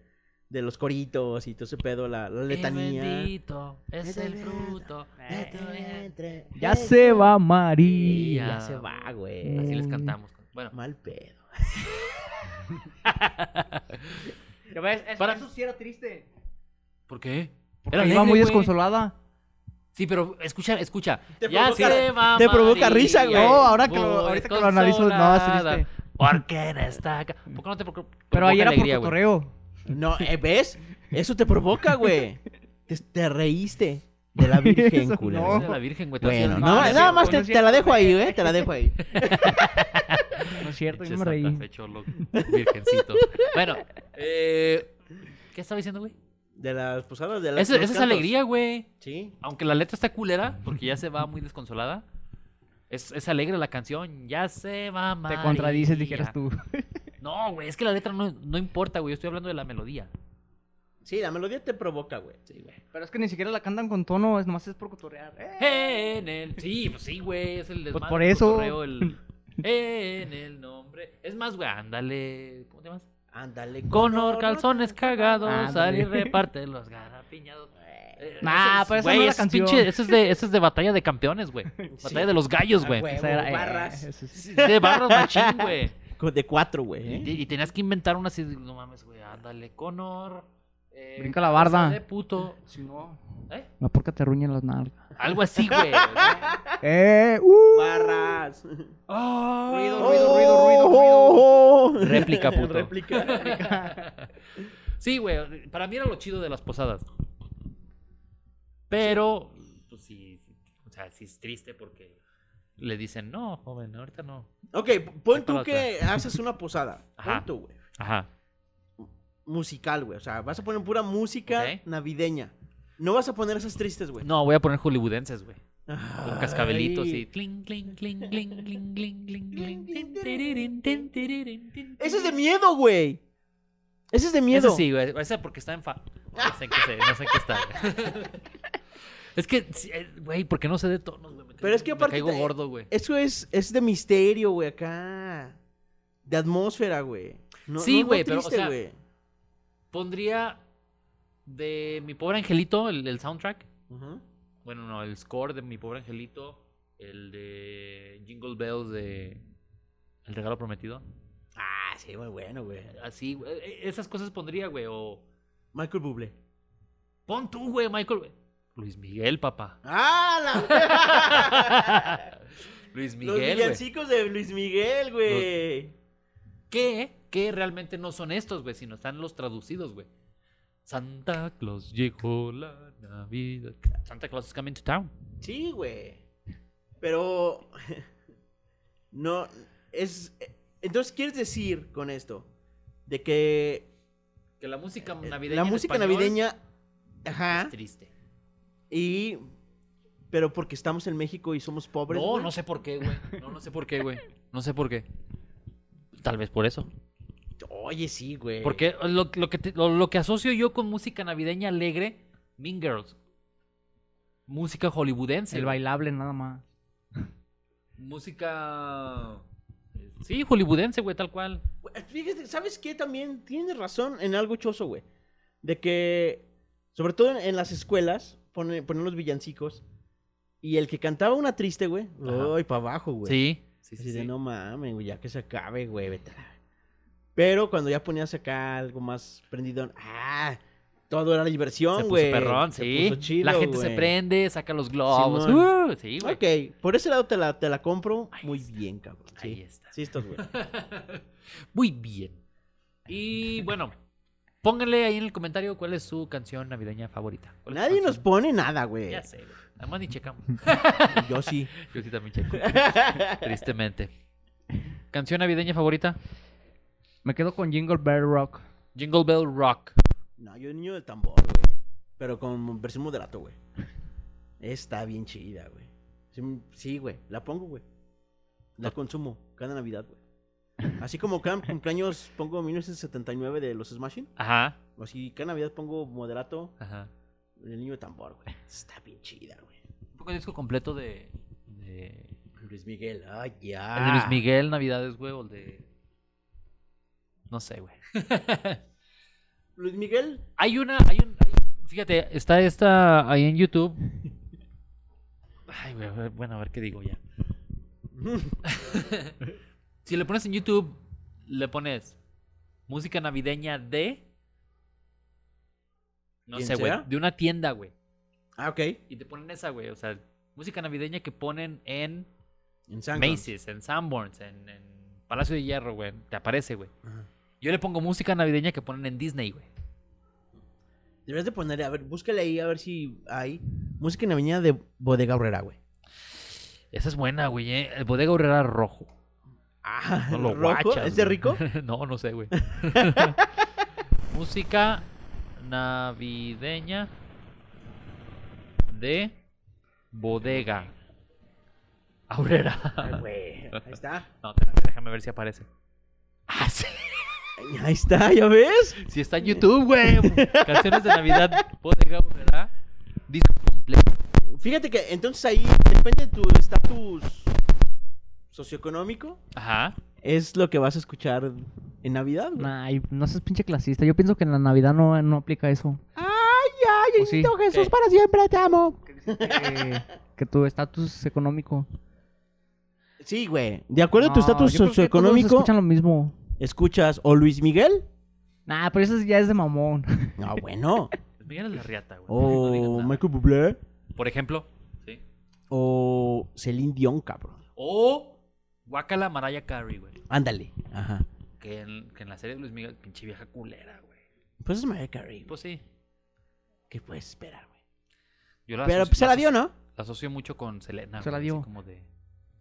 Speaker 4: de los coritos y todo ese pedo, la, la
Speaker 1: Qué
Speaker 4: letanía. Eh,
Speaker 1: bendito es el fruto. de tu vientre.
Speaker 2: Ya se va
Speaker 4: Y
Speaker 2: María.
Speaker 4: ya se va, güey.
Speaker 1: Así les cantamos. Bueno,
Speaker 4: Mal pedo.
Speaker 3: Ya ves, es-
Speaker 1: Para-
Speaker 3: eso sí era triste.
Speaker 1: ¿por qué?
Speaker 2: Porque iba
Speaker 1: alegre,
Speaker 2: muy
Speaker 1: güey.
Speaker 2: desconsolada.
Speaker 1: Sí, pero escucha, escucha.
Speaker 4: Te
Speaker 1: ya
Speaker 4: provoca-
Speaker 1: se va
Speaker 4: te provoca
Speaker 1: María,
Speaker 4: risa, güey.
Speaker 2: No, ahora que lo-
Speaker 1: muy
Speaker 2: ahorita que lo analizo, no, es
Speaker 1: consolada,
Speaker 2: triste.
Speaker 1: Porque en esta ca- ¿Por qué no te provoca
Speaker 2: Pero ahí era
Speaker 1: alegría,
Speaker 2: por
Speaker 1: güey?
Speaker 2: cotorreo.
Speaker 4: No, eh, ¿ves? Eso te provoca, güey. Te, te reíste de la Virgen,
Speaker 2: Eso
Speaker 4: culero.
Speaker 1: Esa
Speaker 2: no.
Speaker 1: es la virgen, güey. te
Speaker 4: Bueno,
Speaker 1: hacía-
Speaker 2: no
Speaker 4: no,
Speaker 2: es
Speaker 4: nada
Speaker 2: cierto,
Speaker 4: más
Speaker 2: no
Speaker 4: te,
Speaker 2: es
Speaker 4: te
Speaker 2: cierto.
Speaker 4: la dejo ahí, ¿eh? Te la dejo ahí.
Speaker 2: No es cierto, yo
Speaker 1: Pinche
Speaker 2: me reí.
Speaker 1: Santa Fe, cholo, virgencito. Bueno, eh, ¿qué estaba diciendo, güey?
Speaker 4: De las posadas de las
Speaker 1: Esa,
Speaker 4: los
Speaker 1: esa es
Speaker 4: cantos.
Speaker 1: alegría, güey.
Speaker 4: Sí.
Speaker 1: Aunque la letra está culera, porque ya se va muy desconsolada. Es, es alegre la canción. Ya se va,
Speaker 2: Te
Speaker 1: María.
Speaker 2: contradices, dijeras tú.
Speaker 1: No, güey, es que la letra no, no importa, güey. Yo estoy hablando de la melodía.
Speaker 4: Sí, la melodía te provoca, güey.
Speaker 1: Sí, güey.
Speaker 2: Pero es que ni siquiera la cantan con tono, es nomás es por cotorrear. Eh,
Speaker 1: En el... Sí, pues sí, güey. Es el desmadre.
Speaker 2: por
Speaker 1: el
Speaker 2: eso.
Speaker 1: cotorreo, el- En el nombre. Es más, güey, ándale. ¿Cómo te llamas?
Speaker 4: Ándale.
Speaker 1: Con
Speaker 4: color,
Speaker 1: calzones cagados,
Speaker 2: Ándale.
Speaker 1: salir reparte los garapiñados. Eh,
Speaker 2: Nah,
Speaker 1: eso
Speaker 2: pero esa no
Speaker 1: güey,
Speaker 2: es la
Speaker 1: eso
Speaker 2: canción.
Speaker 1: pinche- eso, es de, eso es de batalla de campeones, güey. Eh, Batalla de los gallos,
Speaker 4: A
Speaker 1: güey.
Speaker 4: huevo,
Speaker 2: esa era, eh,
Speaker 4: barras.
Speaker 2: eso sí.
Speaker 1: De barros machín, güey.
Speaker 4: co- De cuatro, güey.
Speaker 1: Y,
Speaker 4: ¿eh?
Speaker 1: y tenías que inventar una así, de, no mames, güey. Ándale, Conor. eh,
Speaker 2: Brinca la barda.
Speaker 1: cabeza De puto.
Speaker 2: Si no,
Speaker 1: ¿eh?
Speaker 2: no porque te ruñen las nalgas.
Speaker 1: Algo así, güey.
Speaker 2: Eh, uh.
Speaker 4: Barras.
Speaker 3: Ruido, ruido, ruido, ruido, ruido.
Speaker 4: Oh, oh, oh.
Speaker 1: Réplica, puto.
Speaker 4: Réplica.
Speaker 1: Sí, güey. Para mí era lo chido de las posadas. Pero, pues sí. sí, O sea, sí es triste porque le dicen, no, joven, ahorita no.
Speaker 4: ok, pon
Speaker 1: Ahí para
Speaker 4: tú que haces una posada.
Speaker 1: Ajá.
Speaker 4: Pon tú, güey.
Speaker 1: Ajá.
Speaker 4: Musical, güey. O sea, vas a poner pura música
Speaker 1: Ok.
Speaker 4: navideña. No vas a poner esas tristes, güey.
Speaker 1: No, voy a poner hollywoodenses, güey. Con
Speaker 4: Ay.
Speaker 1: cascabelitos y. Cling, cling, cling, cling, cling, cling, cling, cling, tin, tiririn, tin, tiririn, tin,
Speaker 4: Ese es de
Speaker 1: tiririn.
Speaker 4: miedo, güey. Ese es de miedo.
Speaker 1: Ese sí, güey. Ese porque está en fa. No sé en qué, se- no sé en qué está. güey. es que, sí, eh, güey, porque no sé de tonos, güey. Me
Speaker 4: Pero
Speaker 1: caigo-
Speaker 4: es que
Speaker 1: me
Speaker 4: aparte
Speaker 1: caigo
Speaker 4: te-
Speaker 1: gordo, güey.
Speaker 4: Eso es, es de misterio, güey, acá. De atmósfera, güey. No-
Speaker 1: Sí,
Speaker 4: no es lo
Speaker 1: güey, pero, o
Speaker 4: triste,
Speaker 1: sea,
Speaker 4: güey.
Speaker 1: Pondría de mi pobre angelito el, el soundtrack.
Speaker 4: Ujú.
Speaker 1: Bueno, no, el score de mi pobre angelito. El de Jingle Bells de El regalo prometido.
Speaker 4: Ah, sí, muy bueno, güey.
Speaker 1: Así, güey, eh, esas cosas pondría, güey. O
Speaker 4: Michael Bublé.
Speaker 1: pon tú, güey, Michael. Luis Miguel, papá.
Speaker 4: ¡Ah, la...
Speaker 1: Luis
Speaker 4: Los
Speaker 1: Miguel, güey.
Speaker 4: villancicos de Luis Miguel, güey.
Speaker 1: que, que realmente no son estos, güey, sino están los traducidos, güey. Santa Claus llegó la Navidad. Santa Claus is coming to town.
Speaker 4: Sí, güey. Pero... no, es... Entonces, ¿quieres decir con esto? De que eh,
Speaker 1: Que la música navideña.
Speaker 4: la
Speaker 1: en
Speaker 4: música
Speaker 1: español
Speaker 4: navideña... ¿ah? Ajá.
Speaker 1: Es triste.
Speaker 4: Y... Pero porque estamos en México y somos pobres.
Speaker 1: No,
Speaker 4: güey.
Speaker 1: no sé por qué, güey. No, no sé por qué, güey. No sé por qué. Tal vez por eso.
Speaker 4: Oye, sí, güey.
Speaker 1: Eh, Porque lo, lo que te- lo, lo que asocio yo con música navideña alegre, Mean Girls. Música hollywoodense.
Speaker 2: El
Speaker 1: güey.
Speaker 2: bailable nada más.
Speaker 1: Música. eh, Sí, hollywoodense, güey, tal cual.
Speaker 4: Fíjate, Pues, ¿sabes qué? También tienes razón en algo choso, güey. De que, sobre todo en, en las escuelas, pone- ponen, los villancicos. Y el que cantaba una triste, güey.
Speaker 1: Ajá.
Speaker 4: Ay, para abajo, güey.
Speaker 1: Sí. Sí,
Speaker 4: Así
Speaker 1: sí,
Speaker 4: de,
Speaker 1: sí.
Speaker 4: no mames, güey, ya que se acabe, güey, vete. a la-". Pero cuando ya ponías acá algo más prendido, ah, todo era
Speaker 1: Se
Speaker 4: diversión,
Speaker 1: puso
Speaker 4: güey.
Speaker 1: perrón,
Speaker 4: Se
Speaker 1: sí.
Speaker 4: puso chido,
Speaker 1: la gente se
Speaker 4: güey.
Speaker 1: prende, saca los globos.
Speaker 4: Simón.
Speaker 1: uh, sí, güey.
Speaker 4: Ok, por ese lado te la, te la compro
Speaker 1: Ahí
Speaker 4: muy
Speaker 1: está.
Speaker 4: bien, cabrón. Sí,
Speaker 1: Ahí está.
Speaker 4: sí, estás, güey.
Speaker 1: Muy bien. Y bueno, pónganle ahí en el comentario cuál es su canción navideña favorita. ¿Cuál es su
Speaker 4: Nadie nos
Speaker 1: canción?
Speaker 4: pone nada, güey.
Speaker 1: Ya sé, güey. Además ni checamos.
Speaker 4: Yo sí.
Speaker 1: Yo sí también checo. Tristemente. ¿Canción navideña favorita?
Speaker 2: Me quedo con Jingle Bell Rock.
Speaker 1: Jingle Bell Rock.
Speaker 4: No, yo niño del tambor, güey. Pero con versión moderato, güey. Está bien chida, güey. Sí, m- Sí, güey. La pongo, güey. La consumo cada Navidad, güey. Así como cada cumpleaños pongo 1979 de los Smashing.
Speaker 1: Ajá,
Speaker 4: Así cada Navidad pongo moderato
Speaker 1: ajá.
Speaker 4: el niño de tambor, güey. Está bien chida, güey.
Speaker 1: Un poco el disco completo de. de
Speaker 4: Luis Miguel, ay, ya.
Speaker 1: El de Luis Miguel, Navidades, güey, o el de. No sé, güey.
Speaker 4: Luis Miguel,
Speaker 1: Hay una. Hay un, hay- fíjate, está esta ahí en YouTube. Ay, güey, güey, bueno, a ver qué digo ya. si le pones en YouTube, le pones música navideña de. No
Speaker 4: ¿Quién
Speaker 1: sé, güey.
Speaker 4: sea?
Speaker 1: De una tienda, güey.
Speaker 4: Ah, ok.
Speaker 1: Y te ponen esa, güey. O sea, música navideña que ponen en
Speaker 4: En sangre.
Speaker 1: Macy's, en Sanborns, en, en Palacio de Hierro, güey. Te aparece, güey. Yo le pongo música navideña que ponen en Disney, güey.
Speaker 4: Deberías de poner, a ver, búscale ahí a ver si hay música navideña de Bodega Horrera, güey.
Speaker 1: Esa es buena, güey. ¿eh? El Bodega Horrera Rojo.
Speaker 4: Ah,
Speaker 1: No lo
Speaker 4: ¿rojo?
Speaker 1: guachas,
Speaker 4: ¿Es de
Speaker 1: güey.
Speaker 4: rico?
Speaker 1: no, no sé, güey. Música navideña de bodega. Aurera.
Speaker 4: Ay, güey. Ahí está.
Speaker 1: No, espérate, déjame ver si aparece. Ah, sí.
Speaker 4: Ay, Ahí está, ¿ya ves?
Speaker 1: Sí está en YouTube, güey. Canciones de Navidad, bodega Aurera. Disco completo.
Speaker 4: Fíjate que entonces ahí depende de tu estatus socioeconómico.
Speaker 1: Ajá.
Speaker 4: Es lo que vas a escuchar en Navidad, güey.
Speaker 2: Nah, y no seas pinche clasista. Yo pienso que en la Navidad no, no aplica eso.
Speaker 4: Ay,
Speaker 2: Pues sí.
Speaker 4: Niñito Jesús, para siempre te amo.
Speaker 2: Que, que tu estatus económico.
Speaker 4: Sí, güey. De acuerdo a tu
Speaker 2: No,
Speaker 4: estatus
Speaker 2: yo creo que todos
Speaker 4: socioeconómico,
Speaker 2: escuchan lo mismo.
Speaker 4: escuchas o Luis Miguel.
Speaker 2: Nah, pero eso ya es de mamón.
Speaker 4: No, bueno.
Speaker 1: Miguel es la riata, güey. No digas
Speaker 4: o
Speaker 1: nada.
Speaker 4: Michael Bublé.
Speaker 1: Por ejemplo. Sí.
Speaker 4: O Celine Dion, cabrón.
Speaker 1: O Guacala Mariah Carey, güey.
Speaker 4: Ándale. Ajá.
Speaker 1: Que en, que en la serie de Luis Miguel, pinche vieja culera, güey.
Speaker 4: Pues es Mariah Carey. güey.
Speaker 1: Pues sí.
Speaker 4: ¿Qué puedes esperar, güey?
Speaker 1: Yo la
Speaker 4: Pero
Speaker 1: asocio-
Speaker 4: pues, se la dio,
Speaker 1: asocio-
Speaker 4: ¿no?
Speaker 1: La asocio mucho con Selena.
Speaker 2: Se la
Speaker 1: güey, así
Speaker 2: dio.
Speaker 1: como de-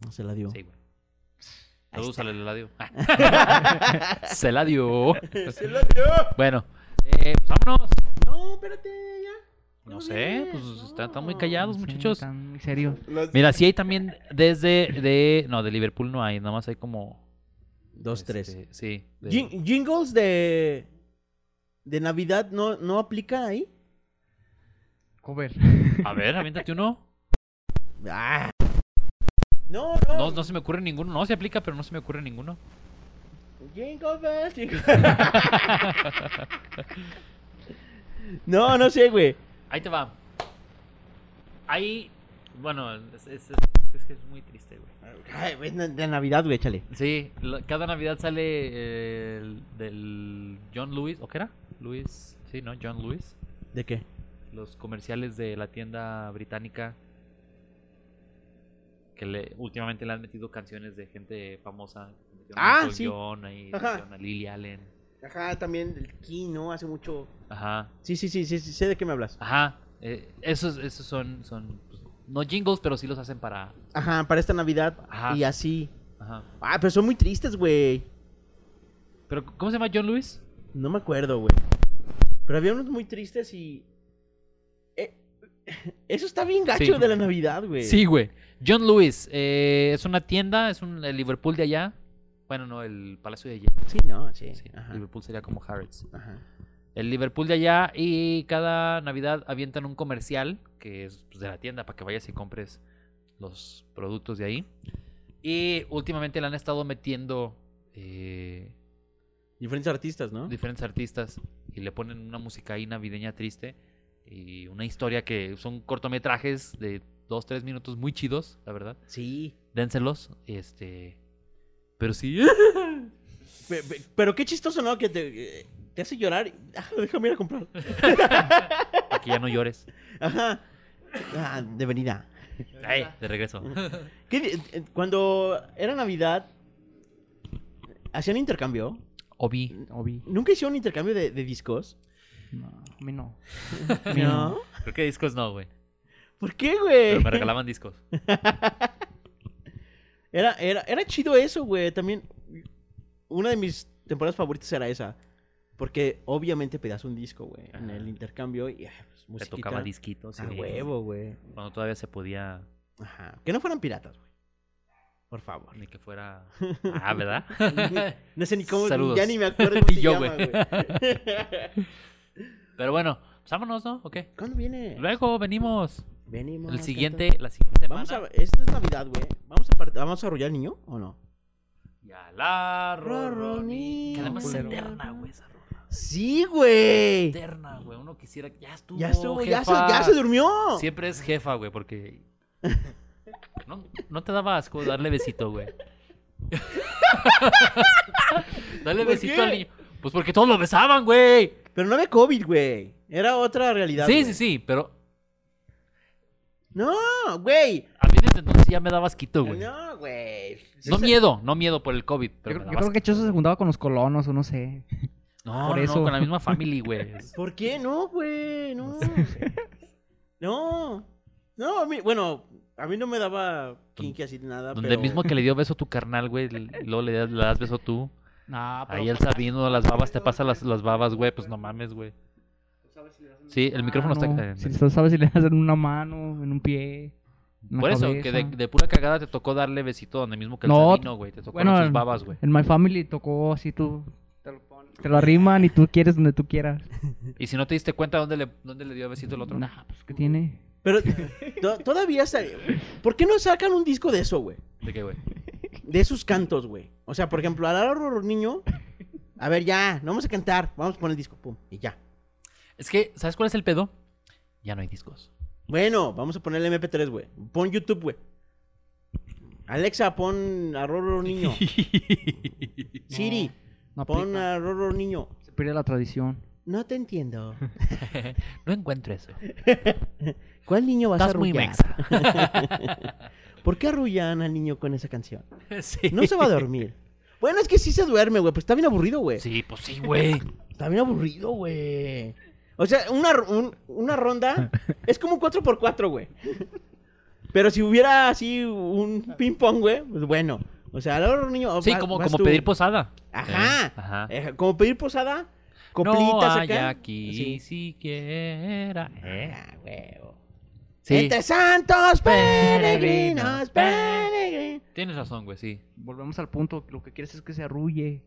Speaker 4: Se la dio.
Speaker 1: Sí, güey.
Speaker 4: Ahí
Speaker 1: Saludos
Speaker 4: está.
Speaker 1: a la- la dio. se la dio.
Speaker 4: ¡Se la dio!
Speaker 1: Bueno, eh, pues vámonos.
Speaker 4: No, espérate, ya.
Speaker 1: No
Speaker 4: No
Speaker 1: sé,
Speaker 4: vienes,
Speaker 1: pues
Speaker 4: no.
Speaker 1: están, están muy callados,
Speaker 2: Sí,
Speaker 1: muchachos.
Speaker 2: Tan serios.
Speaker 1: Mira, sí hay también desde de. No, de Liverpool no hay, nada más hay como.
Speaker 4: Dos,
Speaker 1: este,
Speaker 4: tres.
Speaker 1: Sí. de-
Speaker 4: Jin- ¿Jingles de. de Navidad no, no aplica ahí?
Speaker 2: Cover.
Speaker 1: A ver, aviéntate uno.
Speaker 4: Ah. No, no.
Speaker 1: No, no se me ocurre ninguno. No se aplica, pero no se me ocurre ninguno.
Speaker 4: Jingle bells, jingle- no, no sé, güey.
Speaker 1: Ahí te va. Ahí. Bueno, es, es- es- es que es muy triste, güey.
Speaker 4: Ay, güey, na- de Navidad, güey, échale.
Speaker 1: Sí, la- cada Navidad sale eh, el- del John Lewis, ¿o qué era? Lewis, sí, ¿no? John Lewis.
Speaker 4: ¿De qué?
Speaker 1: Los comerciales de la tienda británica que le, últimamente le han metido canciones de gente famosa. Le metieron a
Speaker 4: Ah,
Speaker 1: Michael
Speaker 4: sí.
Speaker 1: John, ahí le
Speaker 4: Ajá.
Speaker 1: metieron a Lily Allen.
Speaker 4: Ajá, también el Key, ¿no? Hace mucho.
Speaker 1: Ajá,
Speaker 4: Sí, sí, sí, sí, sí, sé de qué me hablas.
Speaker 1: ajá. eh, esos, esos son, son pues, no jingles, pero sí los hacen para...
Speaker 4: Ajá, para esta Navidad.
Speaker 1: Ajá.
Speaker 4: Y así.
Speaker 1: Ajá.
Speaker 4: Ah, pero son muy tristes, güey.
Speaker 1: Pero, ¿cómo se llama John Lewis?
Speaker 4: No me acuerdo, güey. Pero había unos muy tristes y. Eh, Eso está bien gacho
Speaker 1: Sí.
Speaker 4: de la Navidad, güey.
Speaker 1: Sí, güey. John Lewis, eh, es una tienda, es un el Liverpool de allá. Bueno, no, el Palacio de allá.
Speaker 4: Sí, no, sí.
Speaker 1: Sí,
Speaker 4: Ajá.
Speaker 1: Liverpool sería como Harrods.
Speaker 4: Ajá.
Speaker 1: El Liverpool de allá y cada Navidad avientan un comercial que es pues, de la tienda para que vayas y compres los productos de ahí. Y últimamente le han estado metiendo eh,
Speaker 4: Diferentes artistas, ¿no?
Speaker 1: diferentes artistas y le ponen una música ahí navideña triste y una historia que son cortometrajes de dos, tres minutos muy chidos, la verdad.
Speaker 4: Sí.
Speaker 1: dénselos. Este. Pero sí.
Speaker 4: Pe- pe- Pero qué chistoso, ¿no? Que te, eh, te hace llorar. y- Ah, déjame ir a comprar.
Speaker 1: Para que ya no llores.
Speaker 4: Ajá. Ah, de venida.
Speaker 1: Ay, de regreso.
Speaker 4: ¿Qué di- eh, Cuando era Navidad, ¿hacían intercambio?
Speaker 1: Obi.
Speaker 2: Obi.
Speaker 4: ¿Nunca hicieron intercambio de, de discos?
Speaker 2: No, a mí no. A mí
Speaker 4: No.
Speaker 1: Creo que discos no, güey.
Speaker 4: ¿Por qué, güey?
Speaker 1: Pero me regalaban discos.
Speaker 4: Era, era, era chido eso, güey. También, una de mis temporadas favoritas era esa. Porque obviamente pedías un disco, güey, en
Speaker 1: Ajá.
Speaker 4: el intercambio y ah, pues,
Speaker 1: Te
Speaker 4: musiquita.
Speaker 1: tocaba disquitos.
Speaker 4: A
Speaker 1: CDs,
Speaker 4: huevo, güey.
Speaker 1: Cuando todavía se podía,
Speaker 4: Ajá. Que no fueran piratas, güey. Por favor.
Speaker 1: ni que fuera. Ah, ¿verdad?
Speaker 4: No sé ni cómo,
Speaker 1: Saludos.
Speaker 4: ya ni me acuerdo cómo
Speaker 1: Y
Speaker 4: se
Speaker 1: yo,
Speaker 4: llama,
Speaker 1: güey.
Speaker 4: güey.
Speaker 1: Pero bueno, pues vámonos, ¿no? ¿O qué?
Speaker 4: ¿Cuándo viene?
Speaker 1: Luego venimos.
Speaker 4: Venimos.
Speaker 1: El
Speaker 4: canta.
Speaker 1: siguiente, la siguiente semana.
Speaker 4: Vamos a... Esta es Navidad, güey. Vamos a, part- ¿Vamos a arrollar al niño o no?
Speaker 1: Y a la
Speaker 4: Rorroni.
Speaker 1: Rorroni. Que además es
Speaker 4: Culero.
Speaker 1: eterna, güey, esa rola.
Speaker 4: Sí, güey.
Speaker 1: Eterna, güey. Uno quisiera. Ya estuvo.
Speaker 4: Ya estuvo, ya se,
Speaker 1: jefa.
Speaker 4: ya se durmió.
Speaker 1: Siempre es jefa, güey, porque. No, no te daba asco darle besito, güey. Dale
Speaker 4: ¿Por
Speaker 1: besito
Speaker 4: qué?
Speaker 1: al niño. Pues porque todos lo besaban, güey.
Speaker 4: Pero no había COVID, güey. Era otra realidad.
Speaker 1: Sí,
Speaker 4: güey.
Speaker 1: sí, sí, pero
Speaker 4: No, güey.
Speaker 1: a mí desde entonces ya me daba asquito, güey. No,
Speaker 4: No, güey.
Speaker 1: miedo, no miedo por el COVID.
Speaker 2: Yo,
Speaker 1: Pero me
Speaker 2: creo- yo
Speaker 1: daba
Speaker 2: creo que Choso se juntaba con los colonos o no sé.
Speaker 1: asquito. no,
Speaker 2: por
Speaker 1: no,
Speaker 2: eso.
Speaker 1: no, con la misma family, güey. Es-
Speaker 4: ¿Por qué no, güey? No. No. No, a mí, bueno, a mí no me daba kinky así de nada.
Speaker 1: Donde
Speaker 4: Ah, pero...
Speaker 1: mismo que le dio beso a tu carnal, güey, y luego le das, le das beso tú.
Speaker 4: Ah,
Speaker 2: No, pero
Speaker 1: Ahí él sabiendo las babas, te pasa las, las babas, güey, pues no mames, güey. Sí, el micrófono
Speaker 2: Ah,
Speaker 1: está... eh,
Speaker 2: no. Si tú sabes si le hacen una mano, en un pie. en la
Speaker 1: Por eso, que
Speaker 2: cabeza.
Speaker 1: de, de pura cagada te tocó darle besito donde mismo que el
Speaker 2: No,
Speaker 1: Sabino, güey. Te tocó
Speaker 2: bueno,
Speaker 1: sus babas, güey.
Speaker 2: En My Family tocó así tú. Te lo, te lo arriman y tú quieres donde tú quieras.
Speaker 1: Y si no te diste cuenta, ¿dónde le, dónde le dio besito el otro?
Speaker 2: Nah, pues ¿qué tiene?
Speaker 4: Pero to- todavía está... ¿Por qué no sacan un disco de eso, güey?
Speaker 1: ¿De qué, güey?
Speaker 4: De esos cantos, güey. O sea, por ejemplo, al horror niño... A ver, ya, no vamos a cantar. Vamos a poner el disco, pum, y ya.
Speaker 1: Es que, ¿sabes cuál es el pedo? Ya no hay discos.
Speaker 4: Bueno, vamos a poner el MP3, güey. Pon YouTube, güey. Alexa, pon a Rorro Niño. Siri,
Speaker 2: No
Speaker 4: pon
Speaker 2: aplica.
Speaker 4: a Rorro Niño.
Speaker 2: Se pierde la tradición.
Speaker 4: No te entiendo.
Speaker 1: no encuentro eso.
Speaker 4: ¿Cuál niño vas
Speaker 1: Estás
Speaker 4: a
Speaker 1: muy
Speaker 4: arrullar?
Speaker 1: mexa.
Speaker 4: ¿Por qué arrullan al niño con esa canción?
Speaker 1: sí.
Speaker 4: No se va a dormir. Bueno, es que sí se duerme, güey, pero está bien aburrido, güey.
Speaker 1: Sí, pues sí, güey.
Speaker 4: Está bien aburrido, güey. O sea, una, ro- un- una ronda es como un 4x4, güey. Pero si hubiera así un ping-pong, güey, pues bueno. O sea, al horror niño.
Speaker 1: Sí,
Speaker 4: va-
Speaker 1: como,
Speaker 4: vas
Speaker 1: como
Speaker 4: tú.
Speaker 1: pedir posada.
Speaker 4: Ajá.
Speaker 1: Eh, ajá.
Speaker 4: Eh, como pedir posada, coplitas
Speaker 1: no hay
Speaker 4: acá.
Speaker 1: aquí
Speaker 4: Sí.
Speaker 1: siquiera. eh.
Speaker 4: Ah, huevo.
Speaker 1: Sí,
Speaker 4: Entre santos
Speaker 1: Peregrinos,
Speaker 4: peregrinos, peregrinos.
Speaker 1: tienes razón, güey, sí.
Speaker 2: Volvemos al punto. Lo que quieres es que se arrulle.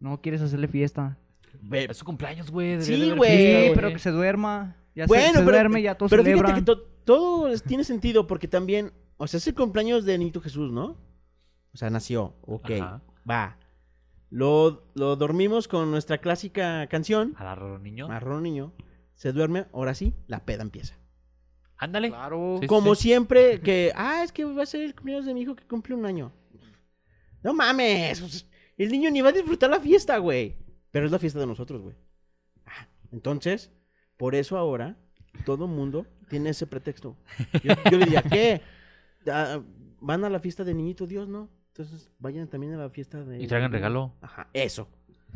Speaker 2: No quieres hacerle fiesta.
Speaker 4: Ve-
Speaker 1: Es su cumpleaños, güey.
Speaker 4: Eh, Sí,
Speaker 1: debería de haber fiesta,
Speaker 4: güey,
Speaker 2: Sí,
Speaker 4: Pues, güey.
Speaker 2: pero que se duerma. Ya se,
Speaker 4: Bueno,
Speaker 2: se
Speaker 4: pero,
Speaker 2: duerme, ya todos
Speaker 4: pero fíjate
Speaker 2: celebran.
Speaker 4: que to- todo es- tiene sentido porque también, o sea, es el cumpleaños de Niñito Jesús, ¿no? O sea, nació, ok,
Speaker 1: Ajá.
Speaker 4: va. Lo, lo dormimos con nuestra clásica canción,
Speaker 1: A la Rorro niño.
Speaker 4: Marrón Niño. Se duerme, ahora sí, la peda empieza.
Speaker 1: Ándale.
Speaker 2: Claro.
Speaker 1: Sí,
Speaker 4: Como
Speaker 1: sí.
Speaker 4: siempre, que, ah, es que va a ser el cumpleaños de mi hijo que cumple un año. No mames, pues, el niño ni va a disfrutar la fiesta, güey. Pero es la fiesta de nosotros, güey. Ah, entonces, por eso ahora, todo mundo tiene ese pretexto. Yo, yo diría, ¿qué? Ah, Van a la fiesta de Niñito Dios, ¿no? Entonces, vayan también a la fiesta de...
Speaker 1: Y traigan regalo.
Speaker 4: Ajá, eso.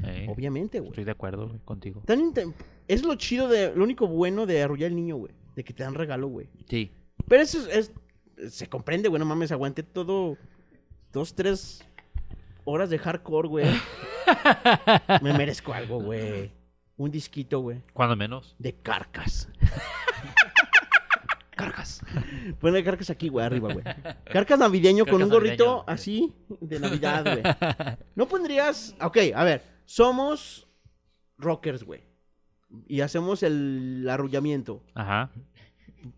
Speaker 1: Eh,
Speaker 4: Obviamente, güey.
Speaker 1: Estoy de acuerdo güey, contigo.
Speaker 4: Tan inten- Es lo chido de... Lo único bueno de arrullar al niño, güey. De que te dan regalo, güey.
Speaker 1: Sí.
Speaker 4: Pero eso es, es- se comprende, güey, no mames, aguanté todo dos, tres horas de hardcore, güey. Me merezco algo, güey. Un disquito, güey,
Speaker 1: Cuando menos.
Speaker 4: de carcas.
Speaker 1: Cargas.
Speaker 4: Ponle carcas aquí, güey, arriba, güey. Carcas navideño con
Speaker 1: Carcas
Speaker 4: un gorrito
Speaker 1: navideño, güey.
Speaker 4: así de Navidad, güey. No pondrías... Ok, a ver, somos rockers, güey. Y hacemos el arrullamiento.
Speaker 1: Ajá.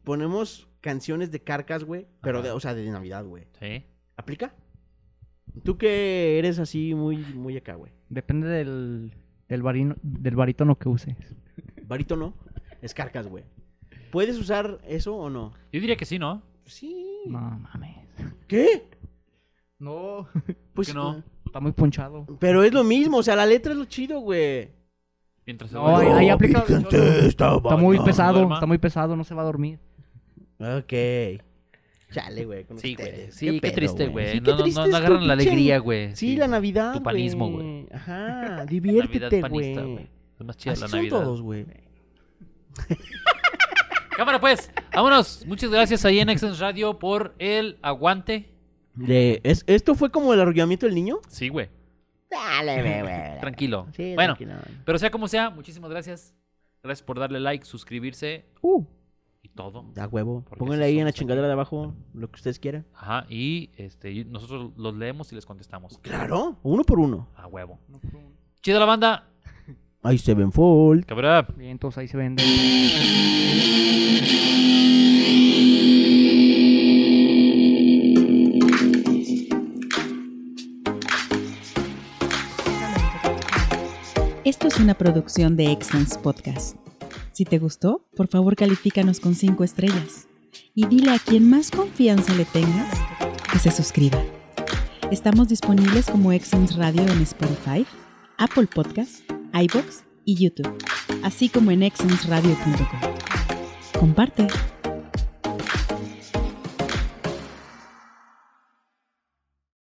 Speaker 4: Ponemos canciones de carcas, güey. Pero,
Speaker 1: Ajá.
Speaker 4: de, o sea, de Navidad, güey.
Speaker 1: Sí.
Speaker 4: ¿Aplica? Tú que eres así muy, muy acá, güey.
Speaker 2: Depende del, del, barino- del barítono que uses.
Speaker 4: Barítono, es carcas, güey. ¿Puedes usar eso o no?
Speaker 1: Yo diría que sí, ¿no?
Speaker 4: Sí.
Speaker 2: No mames.
Speaker 4: ¿Qué?
Speaker 2: No.
Speaker 4: Pues
Speaker 1: que no.
Speaker 2: Está muy ponchado.
Speaker 4: Pero es lo mismo, o sea, la letra es lo chido, güey.
Speaker 1: Mientras se
Speaker 2: No,
Speaker 1: duerme.
Speaker 2: ahí- ahí aplica- Está muy
Speaker 1: no,
Speaker 2: pesado,
Speaker 1: duerma.
Speaker 2: está muy pesado, no se va a dormir.
Speaker 4: Ok. Chale, güey. con
Speaker 1: Sí, güey.
Speaker 4: ustedes.
Speaker 1: Sí, qué,
Speaker 4: este, pedo,
Speaker 1: triste, güey.
Speaker 4: Sí, qué
Speaker 1: no, no,
Speaker 4: triste
Speaker 1: no,
Speaker 4: es tu
Speaker 1: agarran la
Speaker 4: pinche-
Speaker 1: alegría, güey.
Speaker 4: Sí, la Navidad.
Speaker 1: Tu panismo,
Speaker 4: güey. Ajá,
Speaker 1: Navidad
Speaker 4: diviértete,
Speaker 1: panista,
Speaker 4: güey.
Speaker 1: Es más chida
Speaker 4: Así
Speaker 1: la
Speaker 4: son
Speaker 1: Navidad.
Speaker 4: todos, güey.
Speaker 1: Cámara, pues. Vámonos. Muchas gracias ahí en Excellence Radio por el aguante.
Speaker 4: De- es- ¿Esto fue como el arrullamiento del niño?
Speaker 1: Sí, güey.
Speaker 4: Dale, güey, güey.
Speaker 1: Tranquilo.
Speaker 4: Sí,
Speaker 1: bueno,
Speaker 4: tranquilo.
Speaker 1: pero sea como sea, muchísimas gracias. Gracias por darle like, suscribirse
Speaker 4: Uh,
Speaker 1: y todo.
Speaker 4: da huevo.
Speaker 1: Porque
Speaker 4: Pónganle
Speaker 1: sí
Speaker 4: ahí en la
Speaker 1: somos
Speaker 4: chingadera de abajo lo que ustedes quieran.
Speaker 1: Ajá, y este, y nosotros los leemos y les contestamos.
Speaker 4: Claro, uno por uno.
Speaker 1: A huevo.
Speaker 3: No, por favor.
Speaker 1: Chida la banda.
Speaker 4: Ahí se ven fold.
Speaker 1: Cabrón.
Speaker 2: Bien, entonces ahí se venden.
Speaker 6: Esto es una producción de Excellence Podcast. Si te gustó, por favor califícanos con 5 estrellas y dile a quien más confianza le tengas que se suscriba. Estamos disponibles como Excellence Radio en Spotify, Apple Podcasts, iBox y YouTube, así como en excellenceradio.com. Comparte.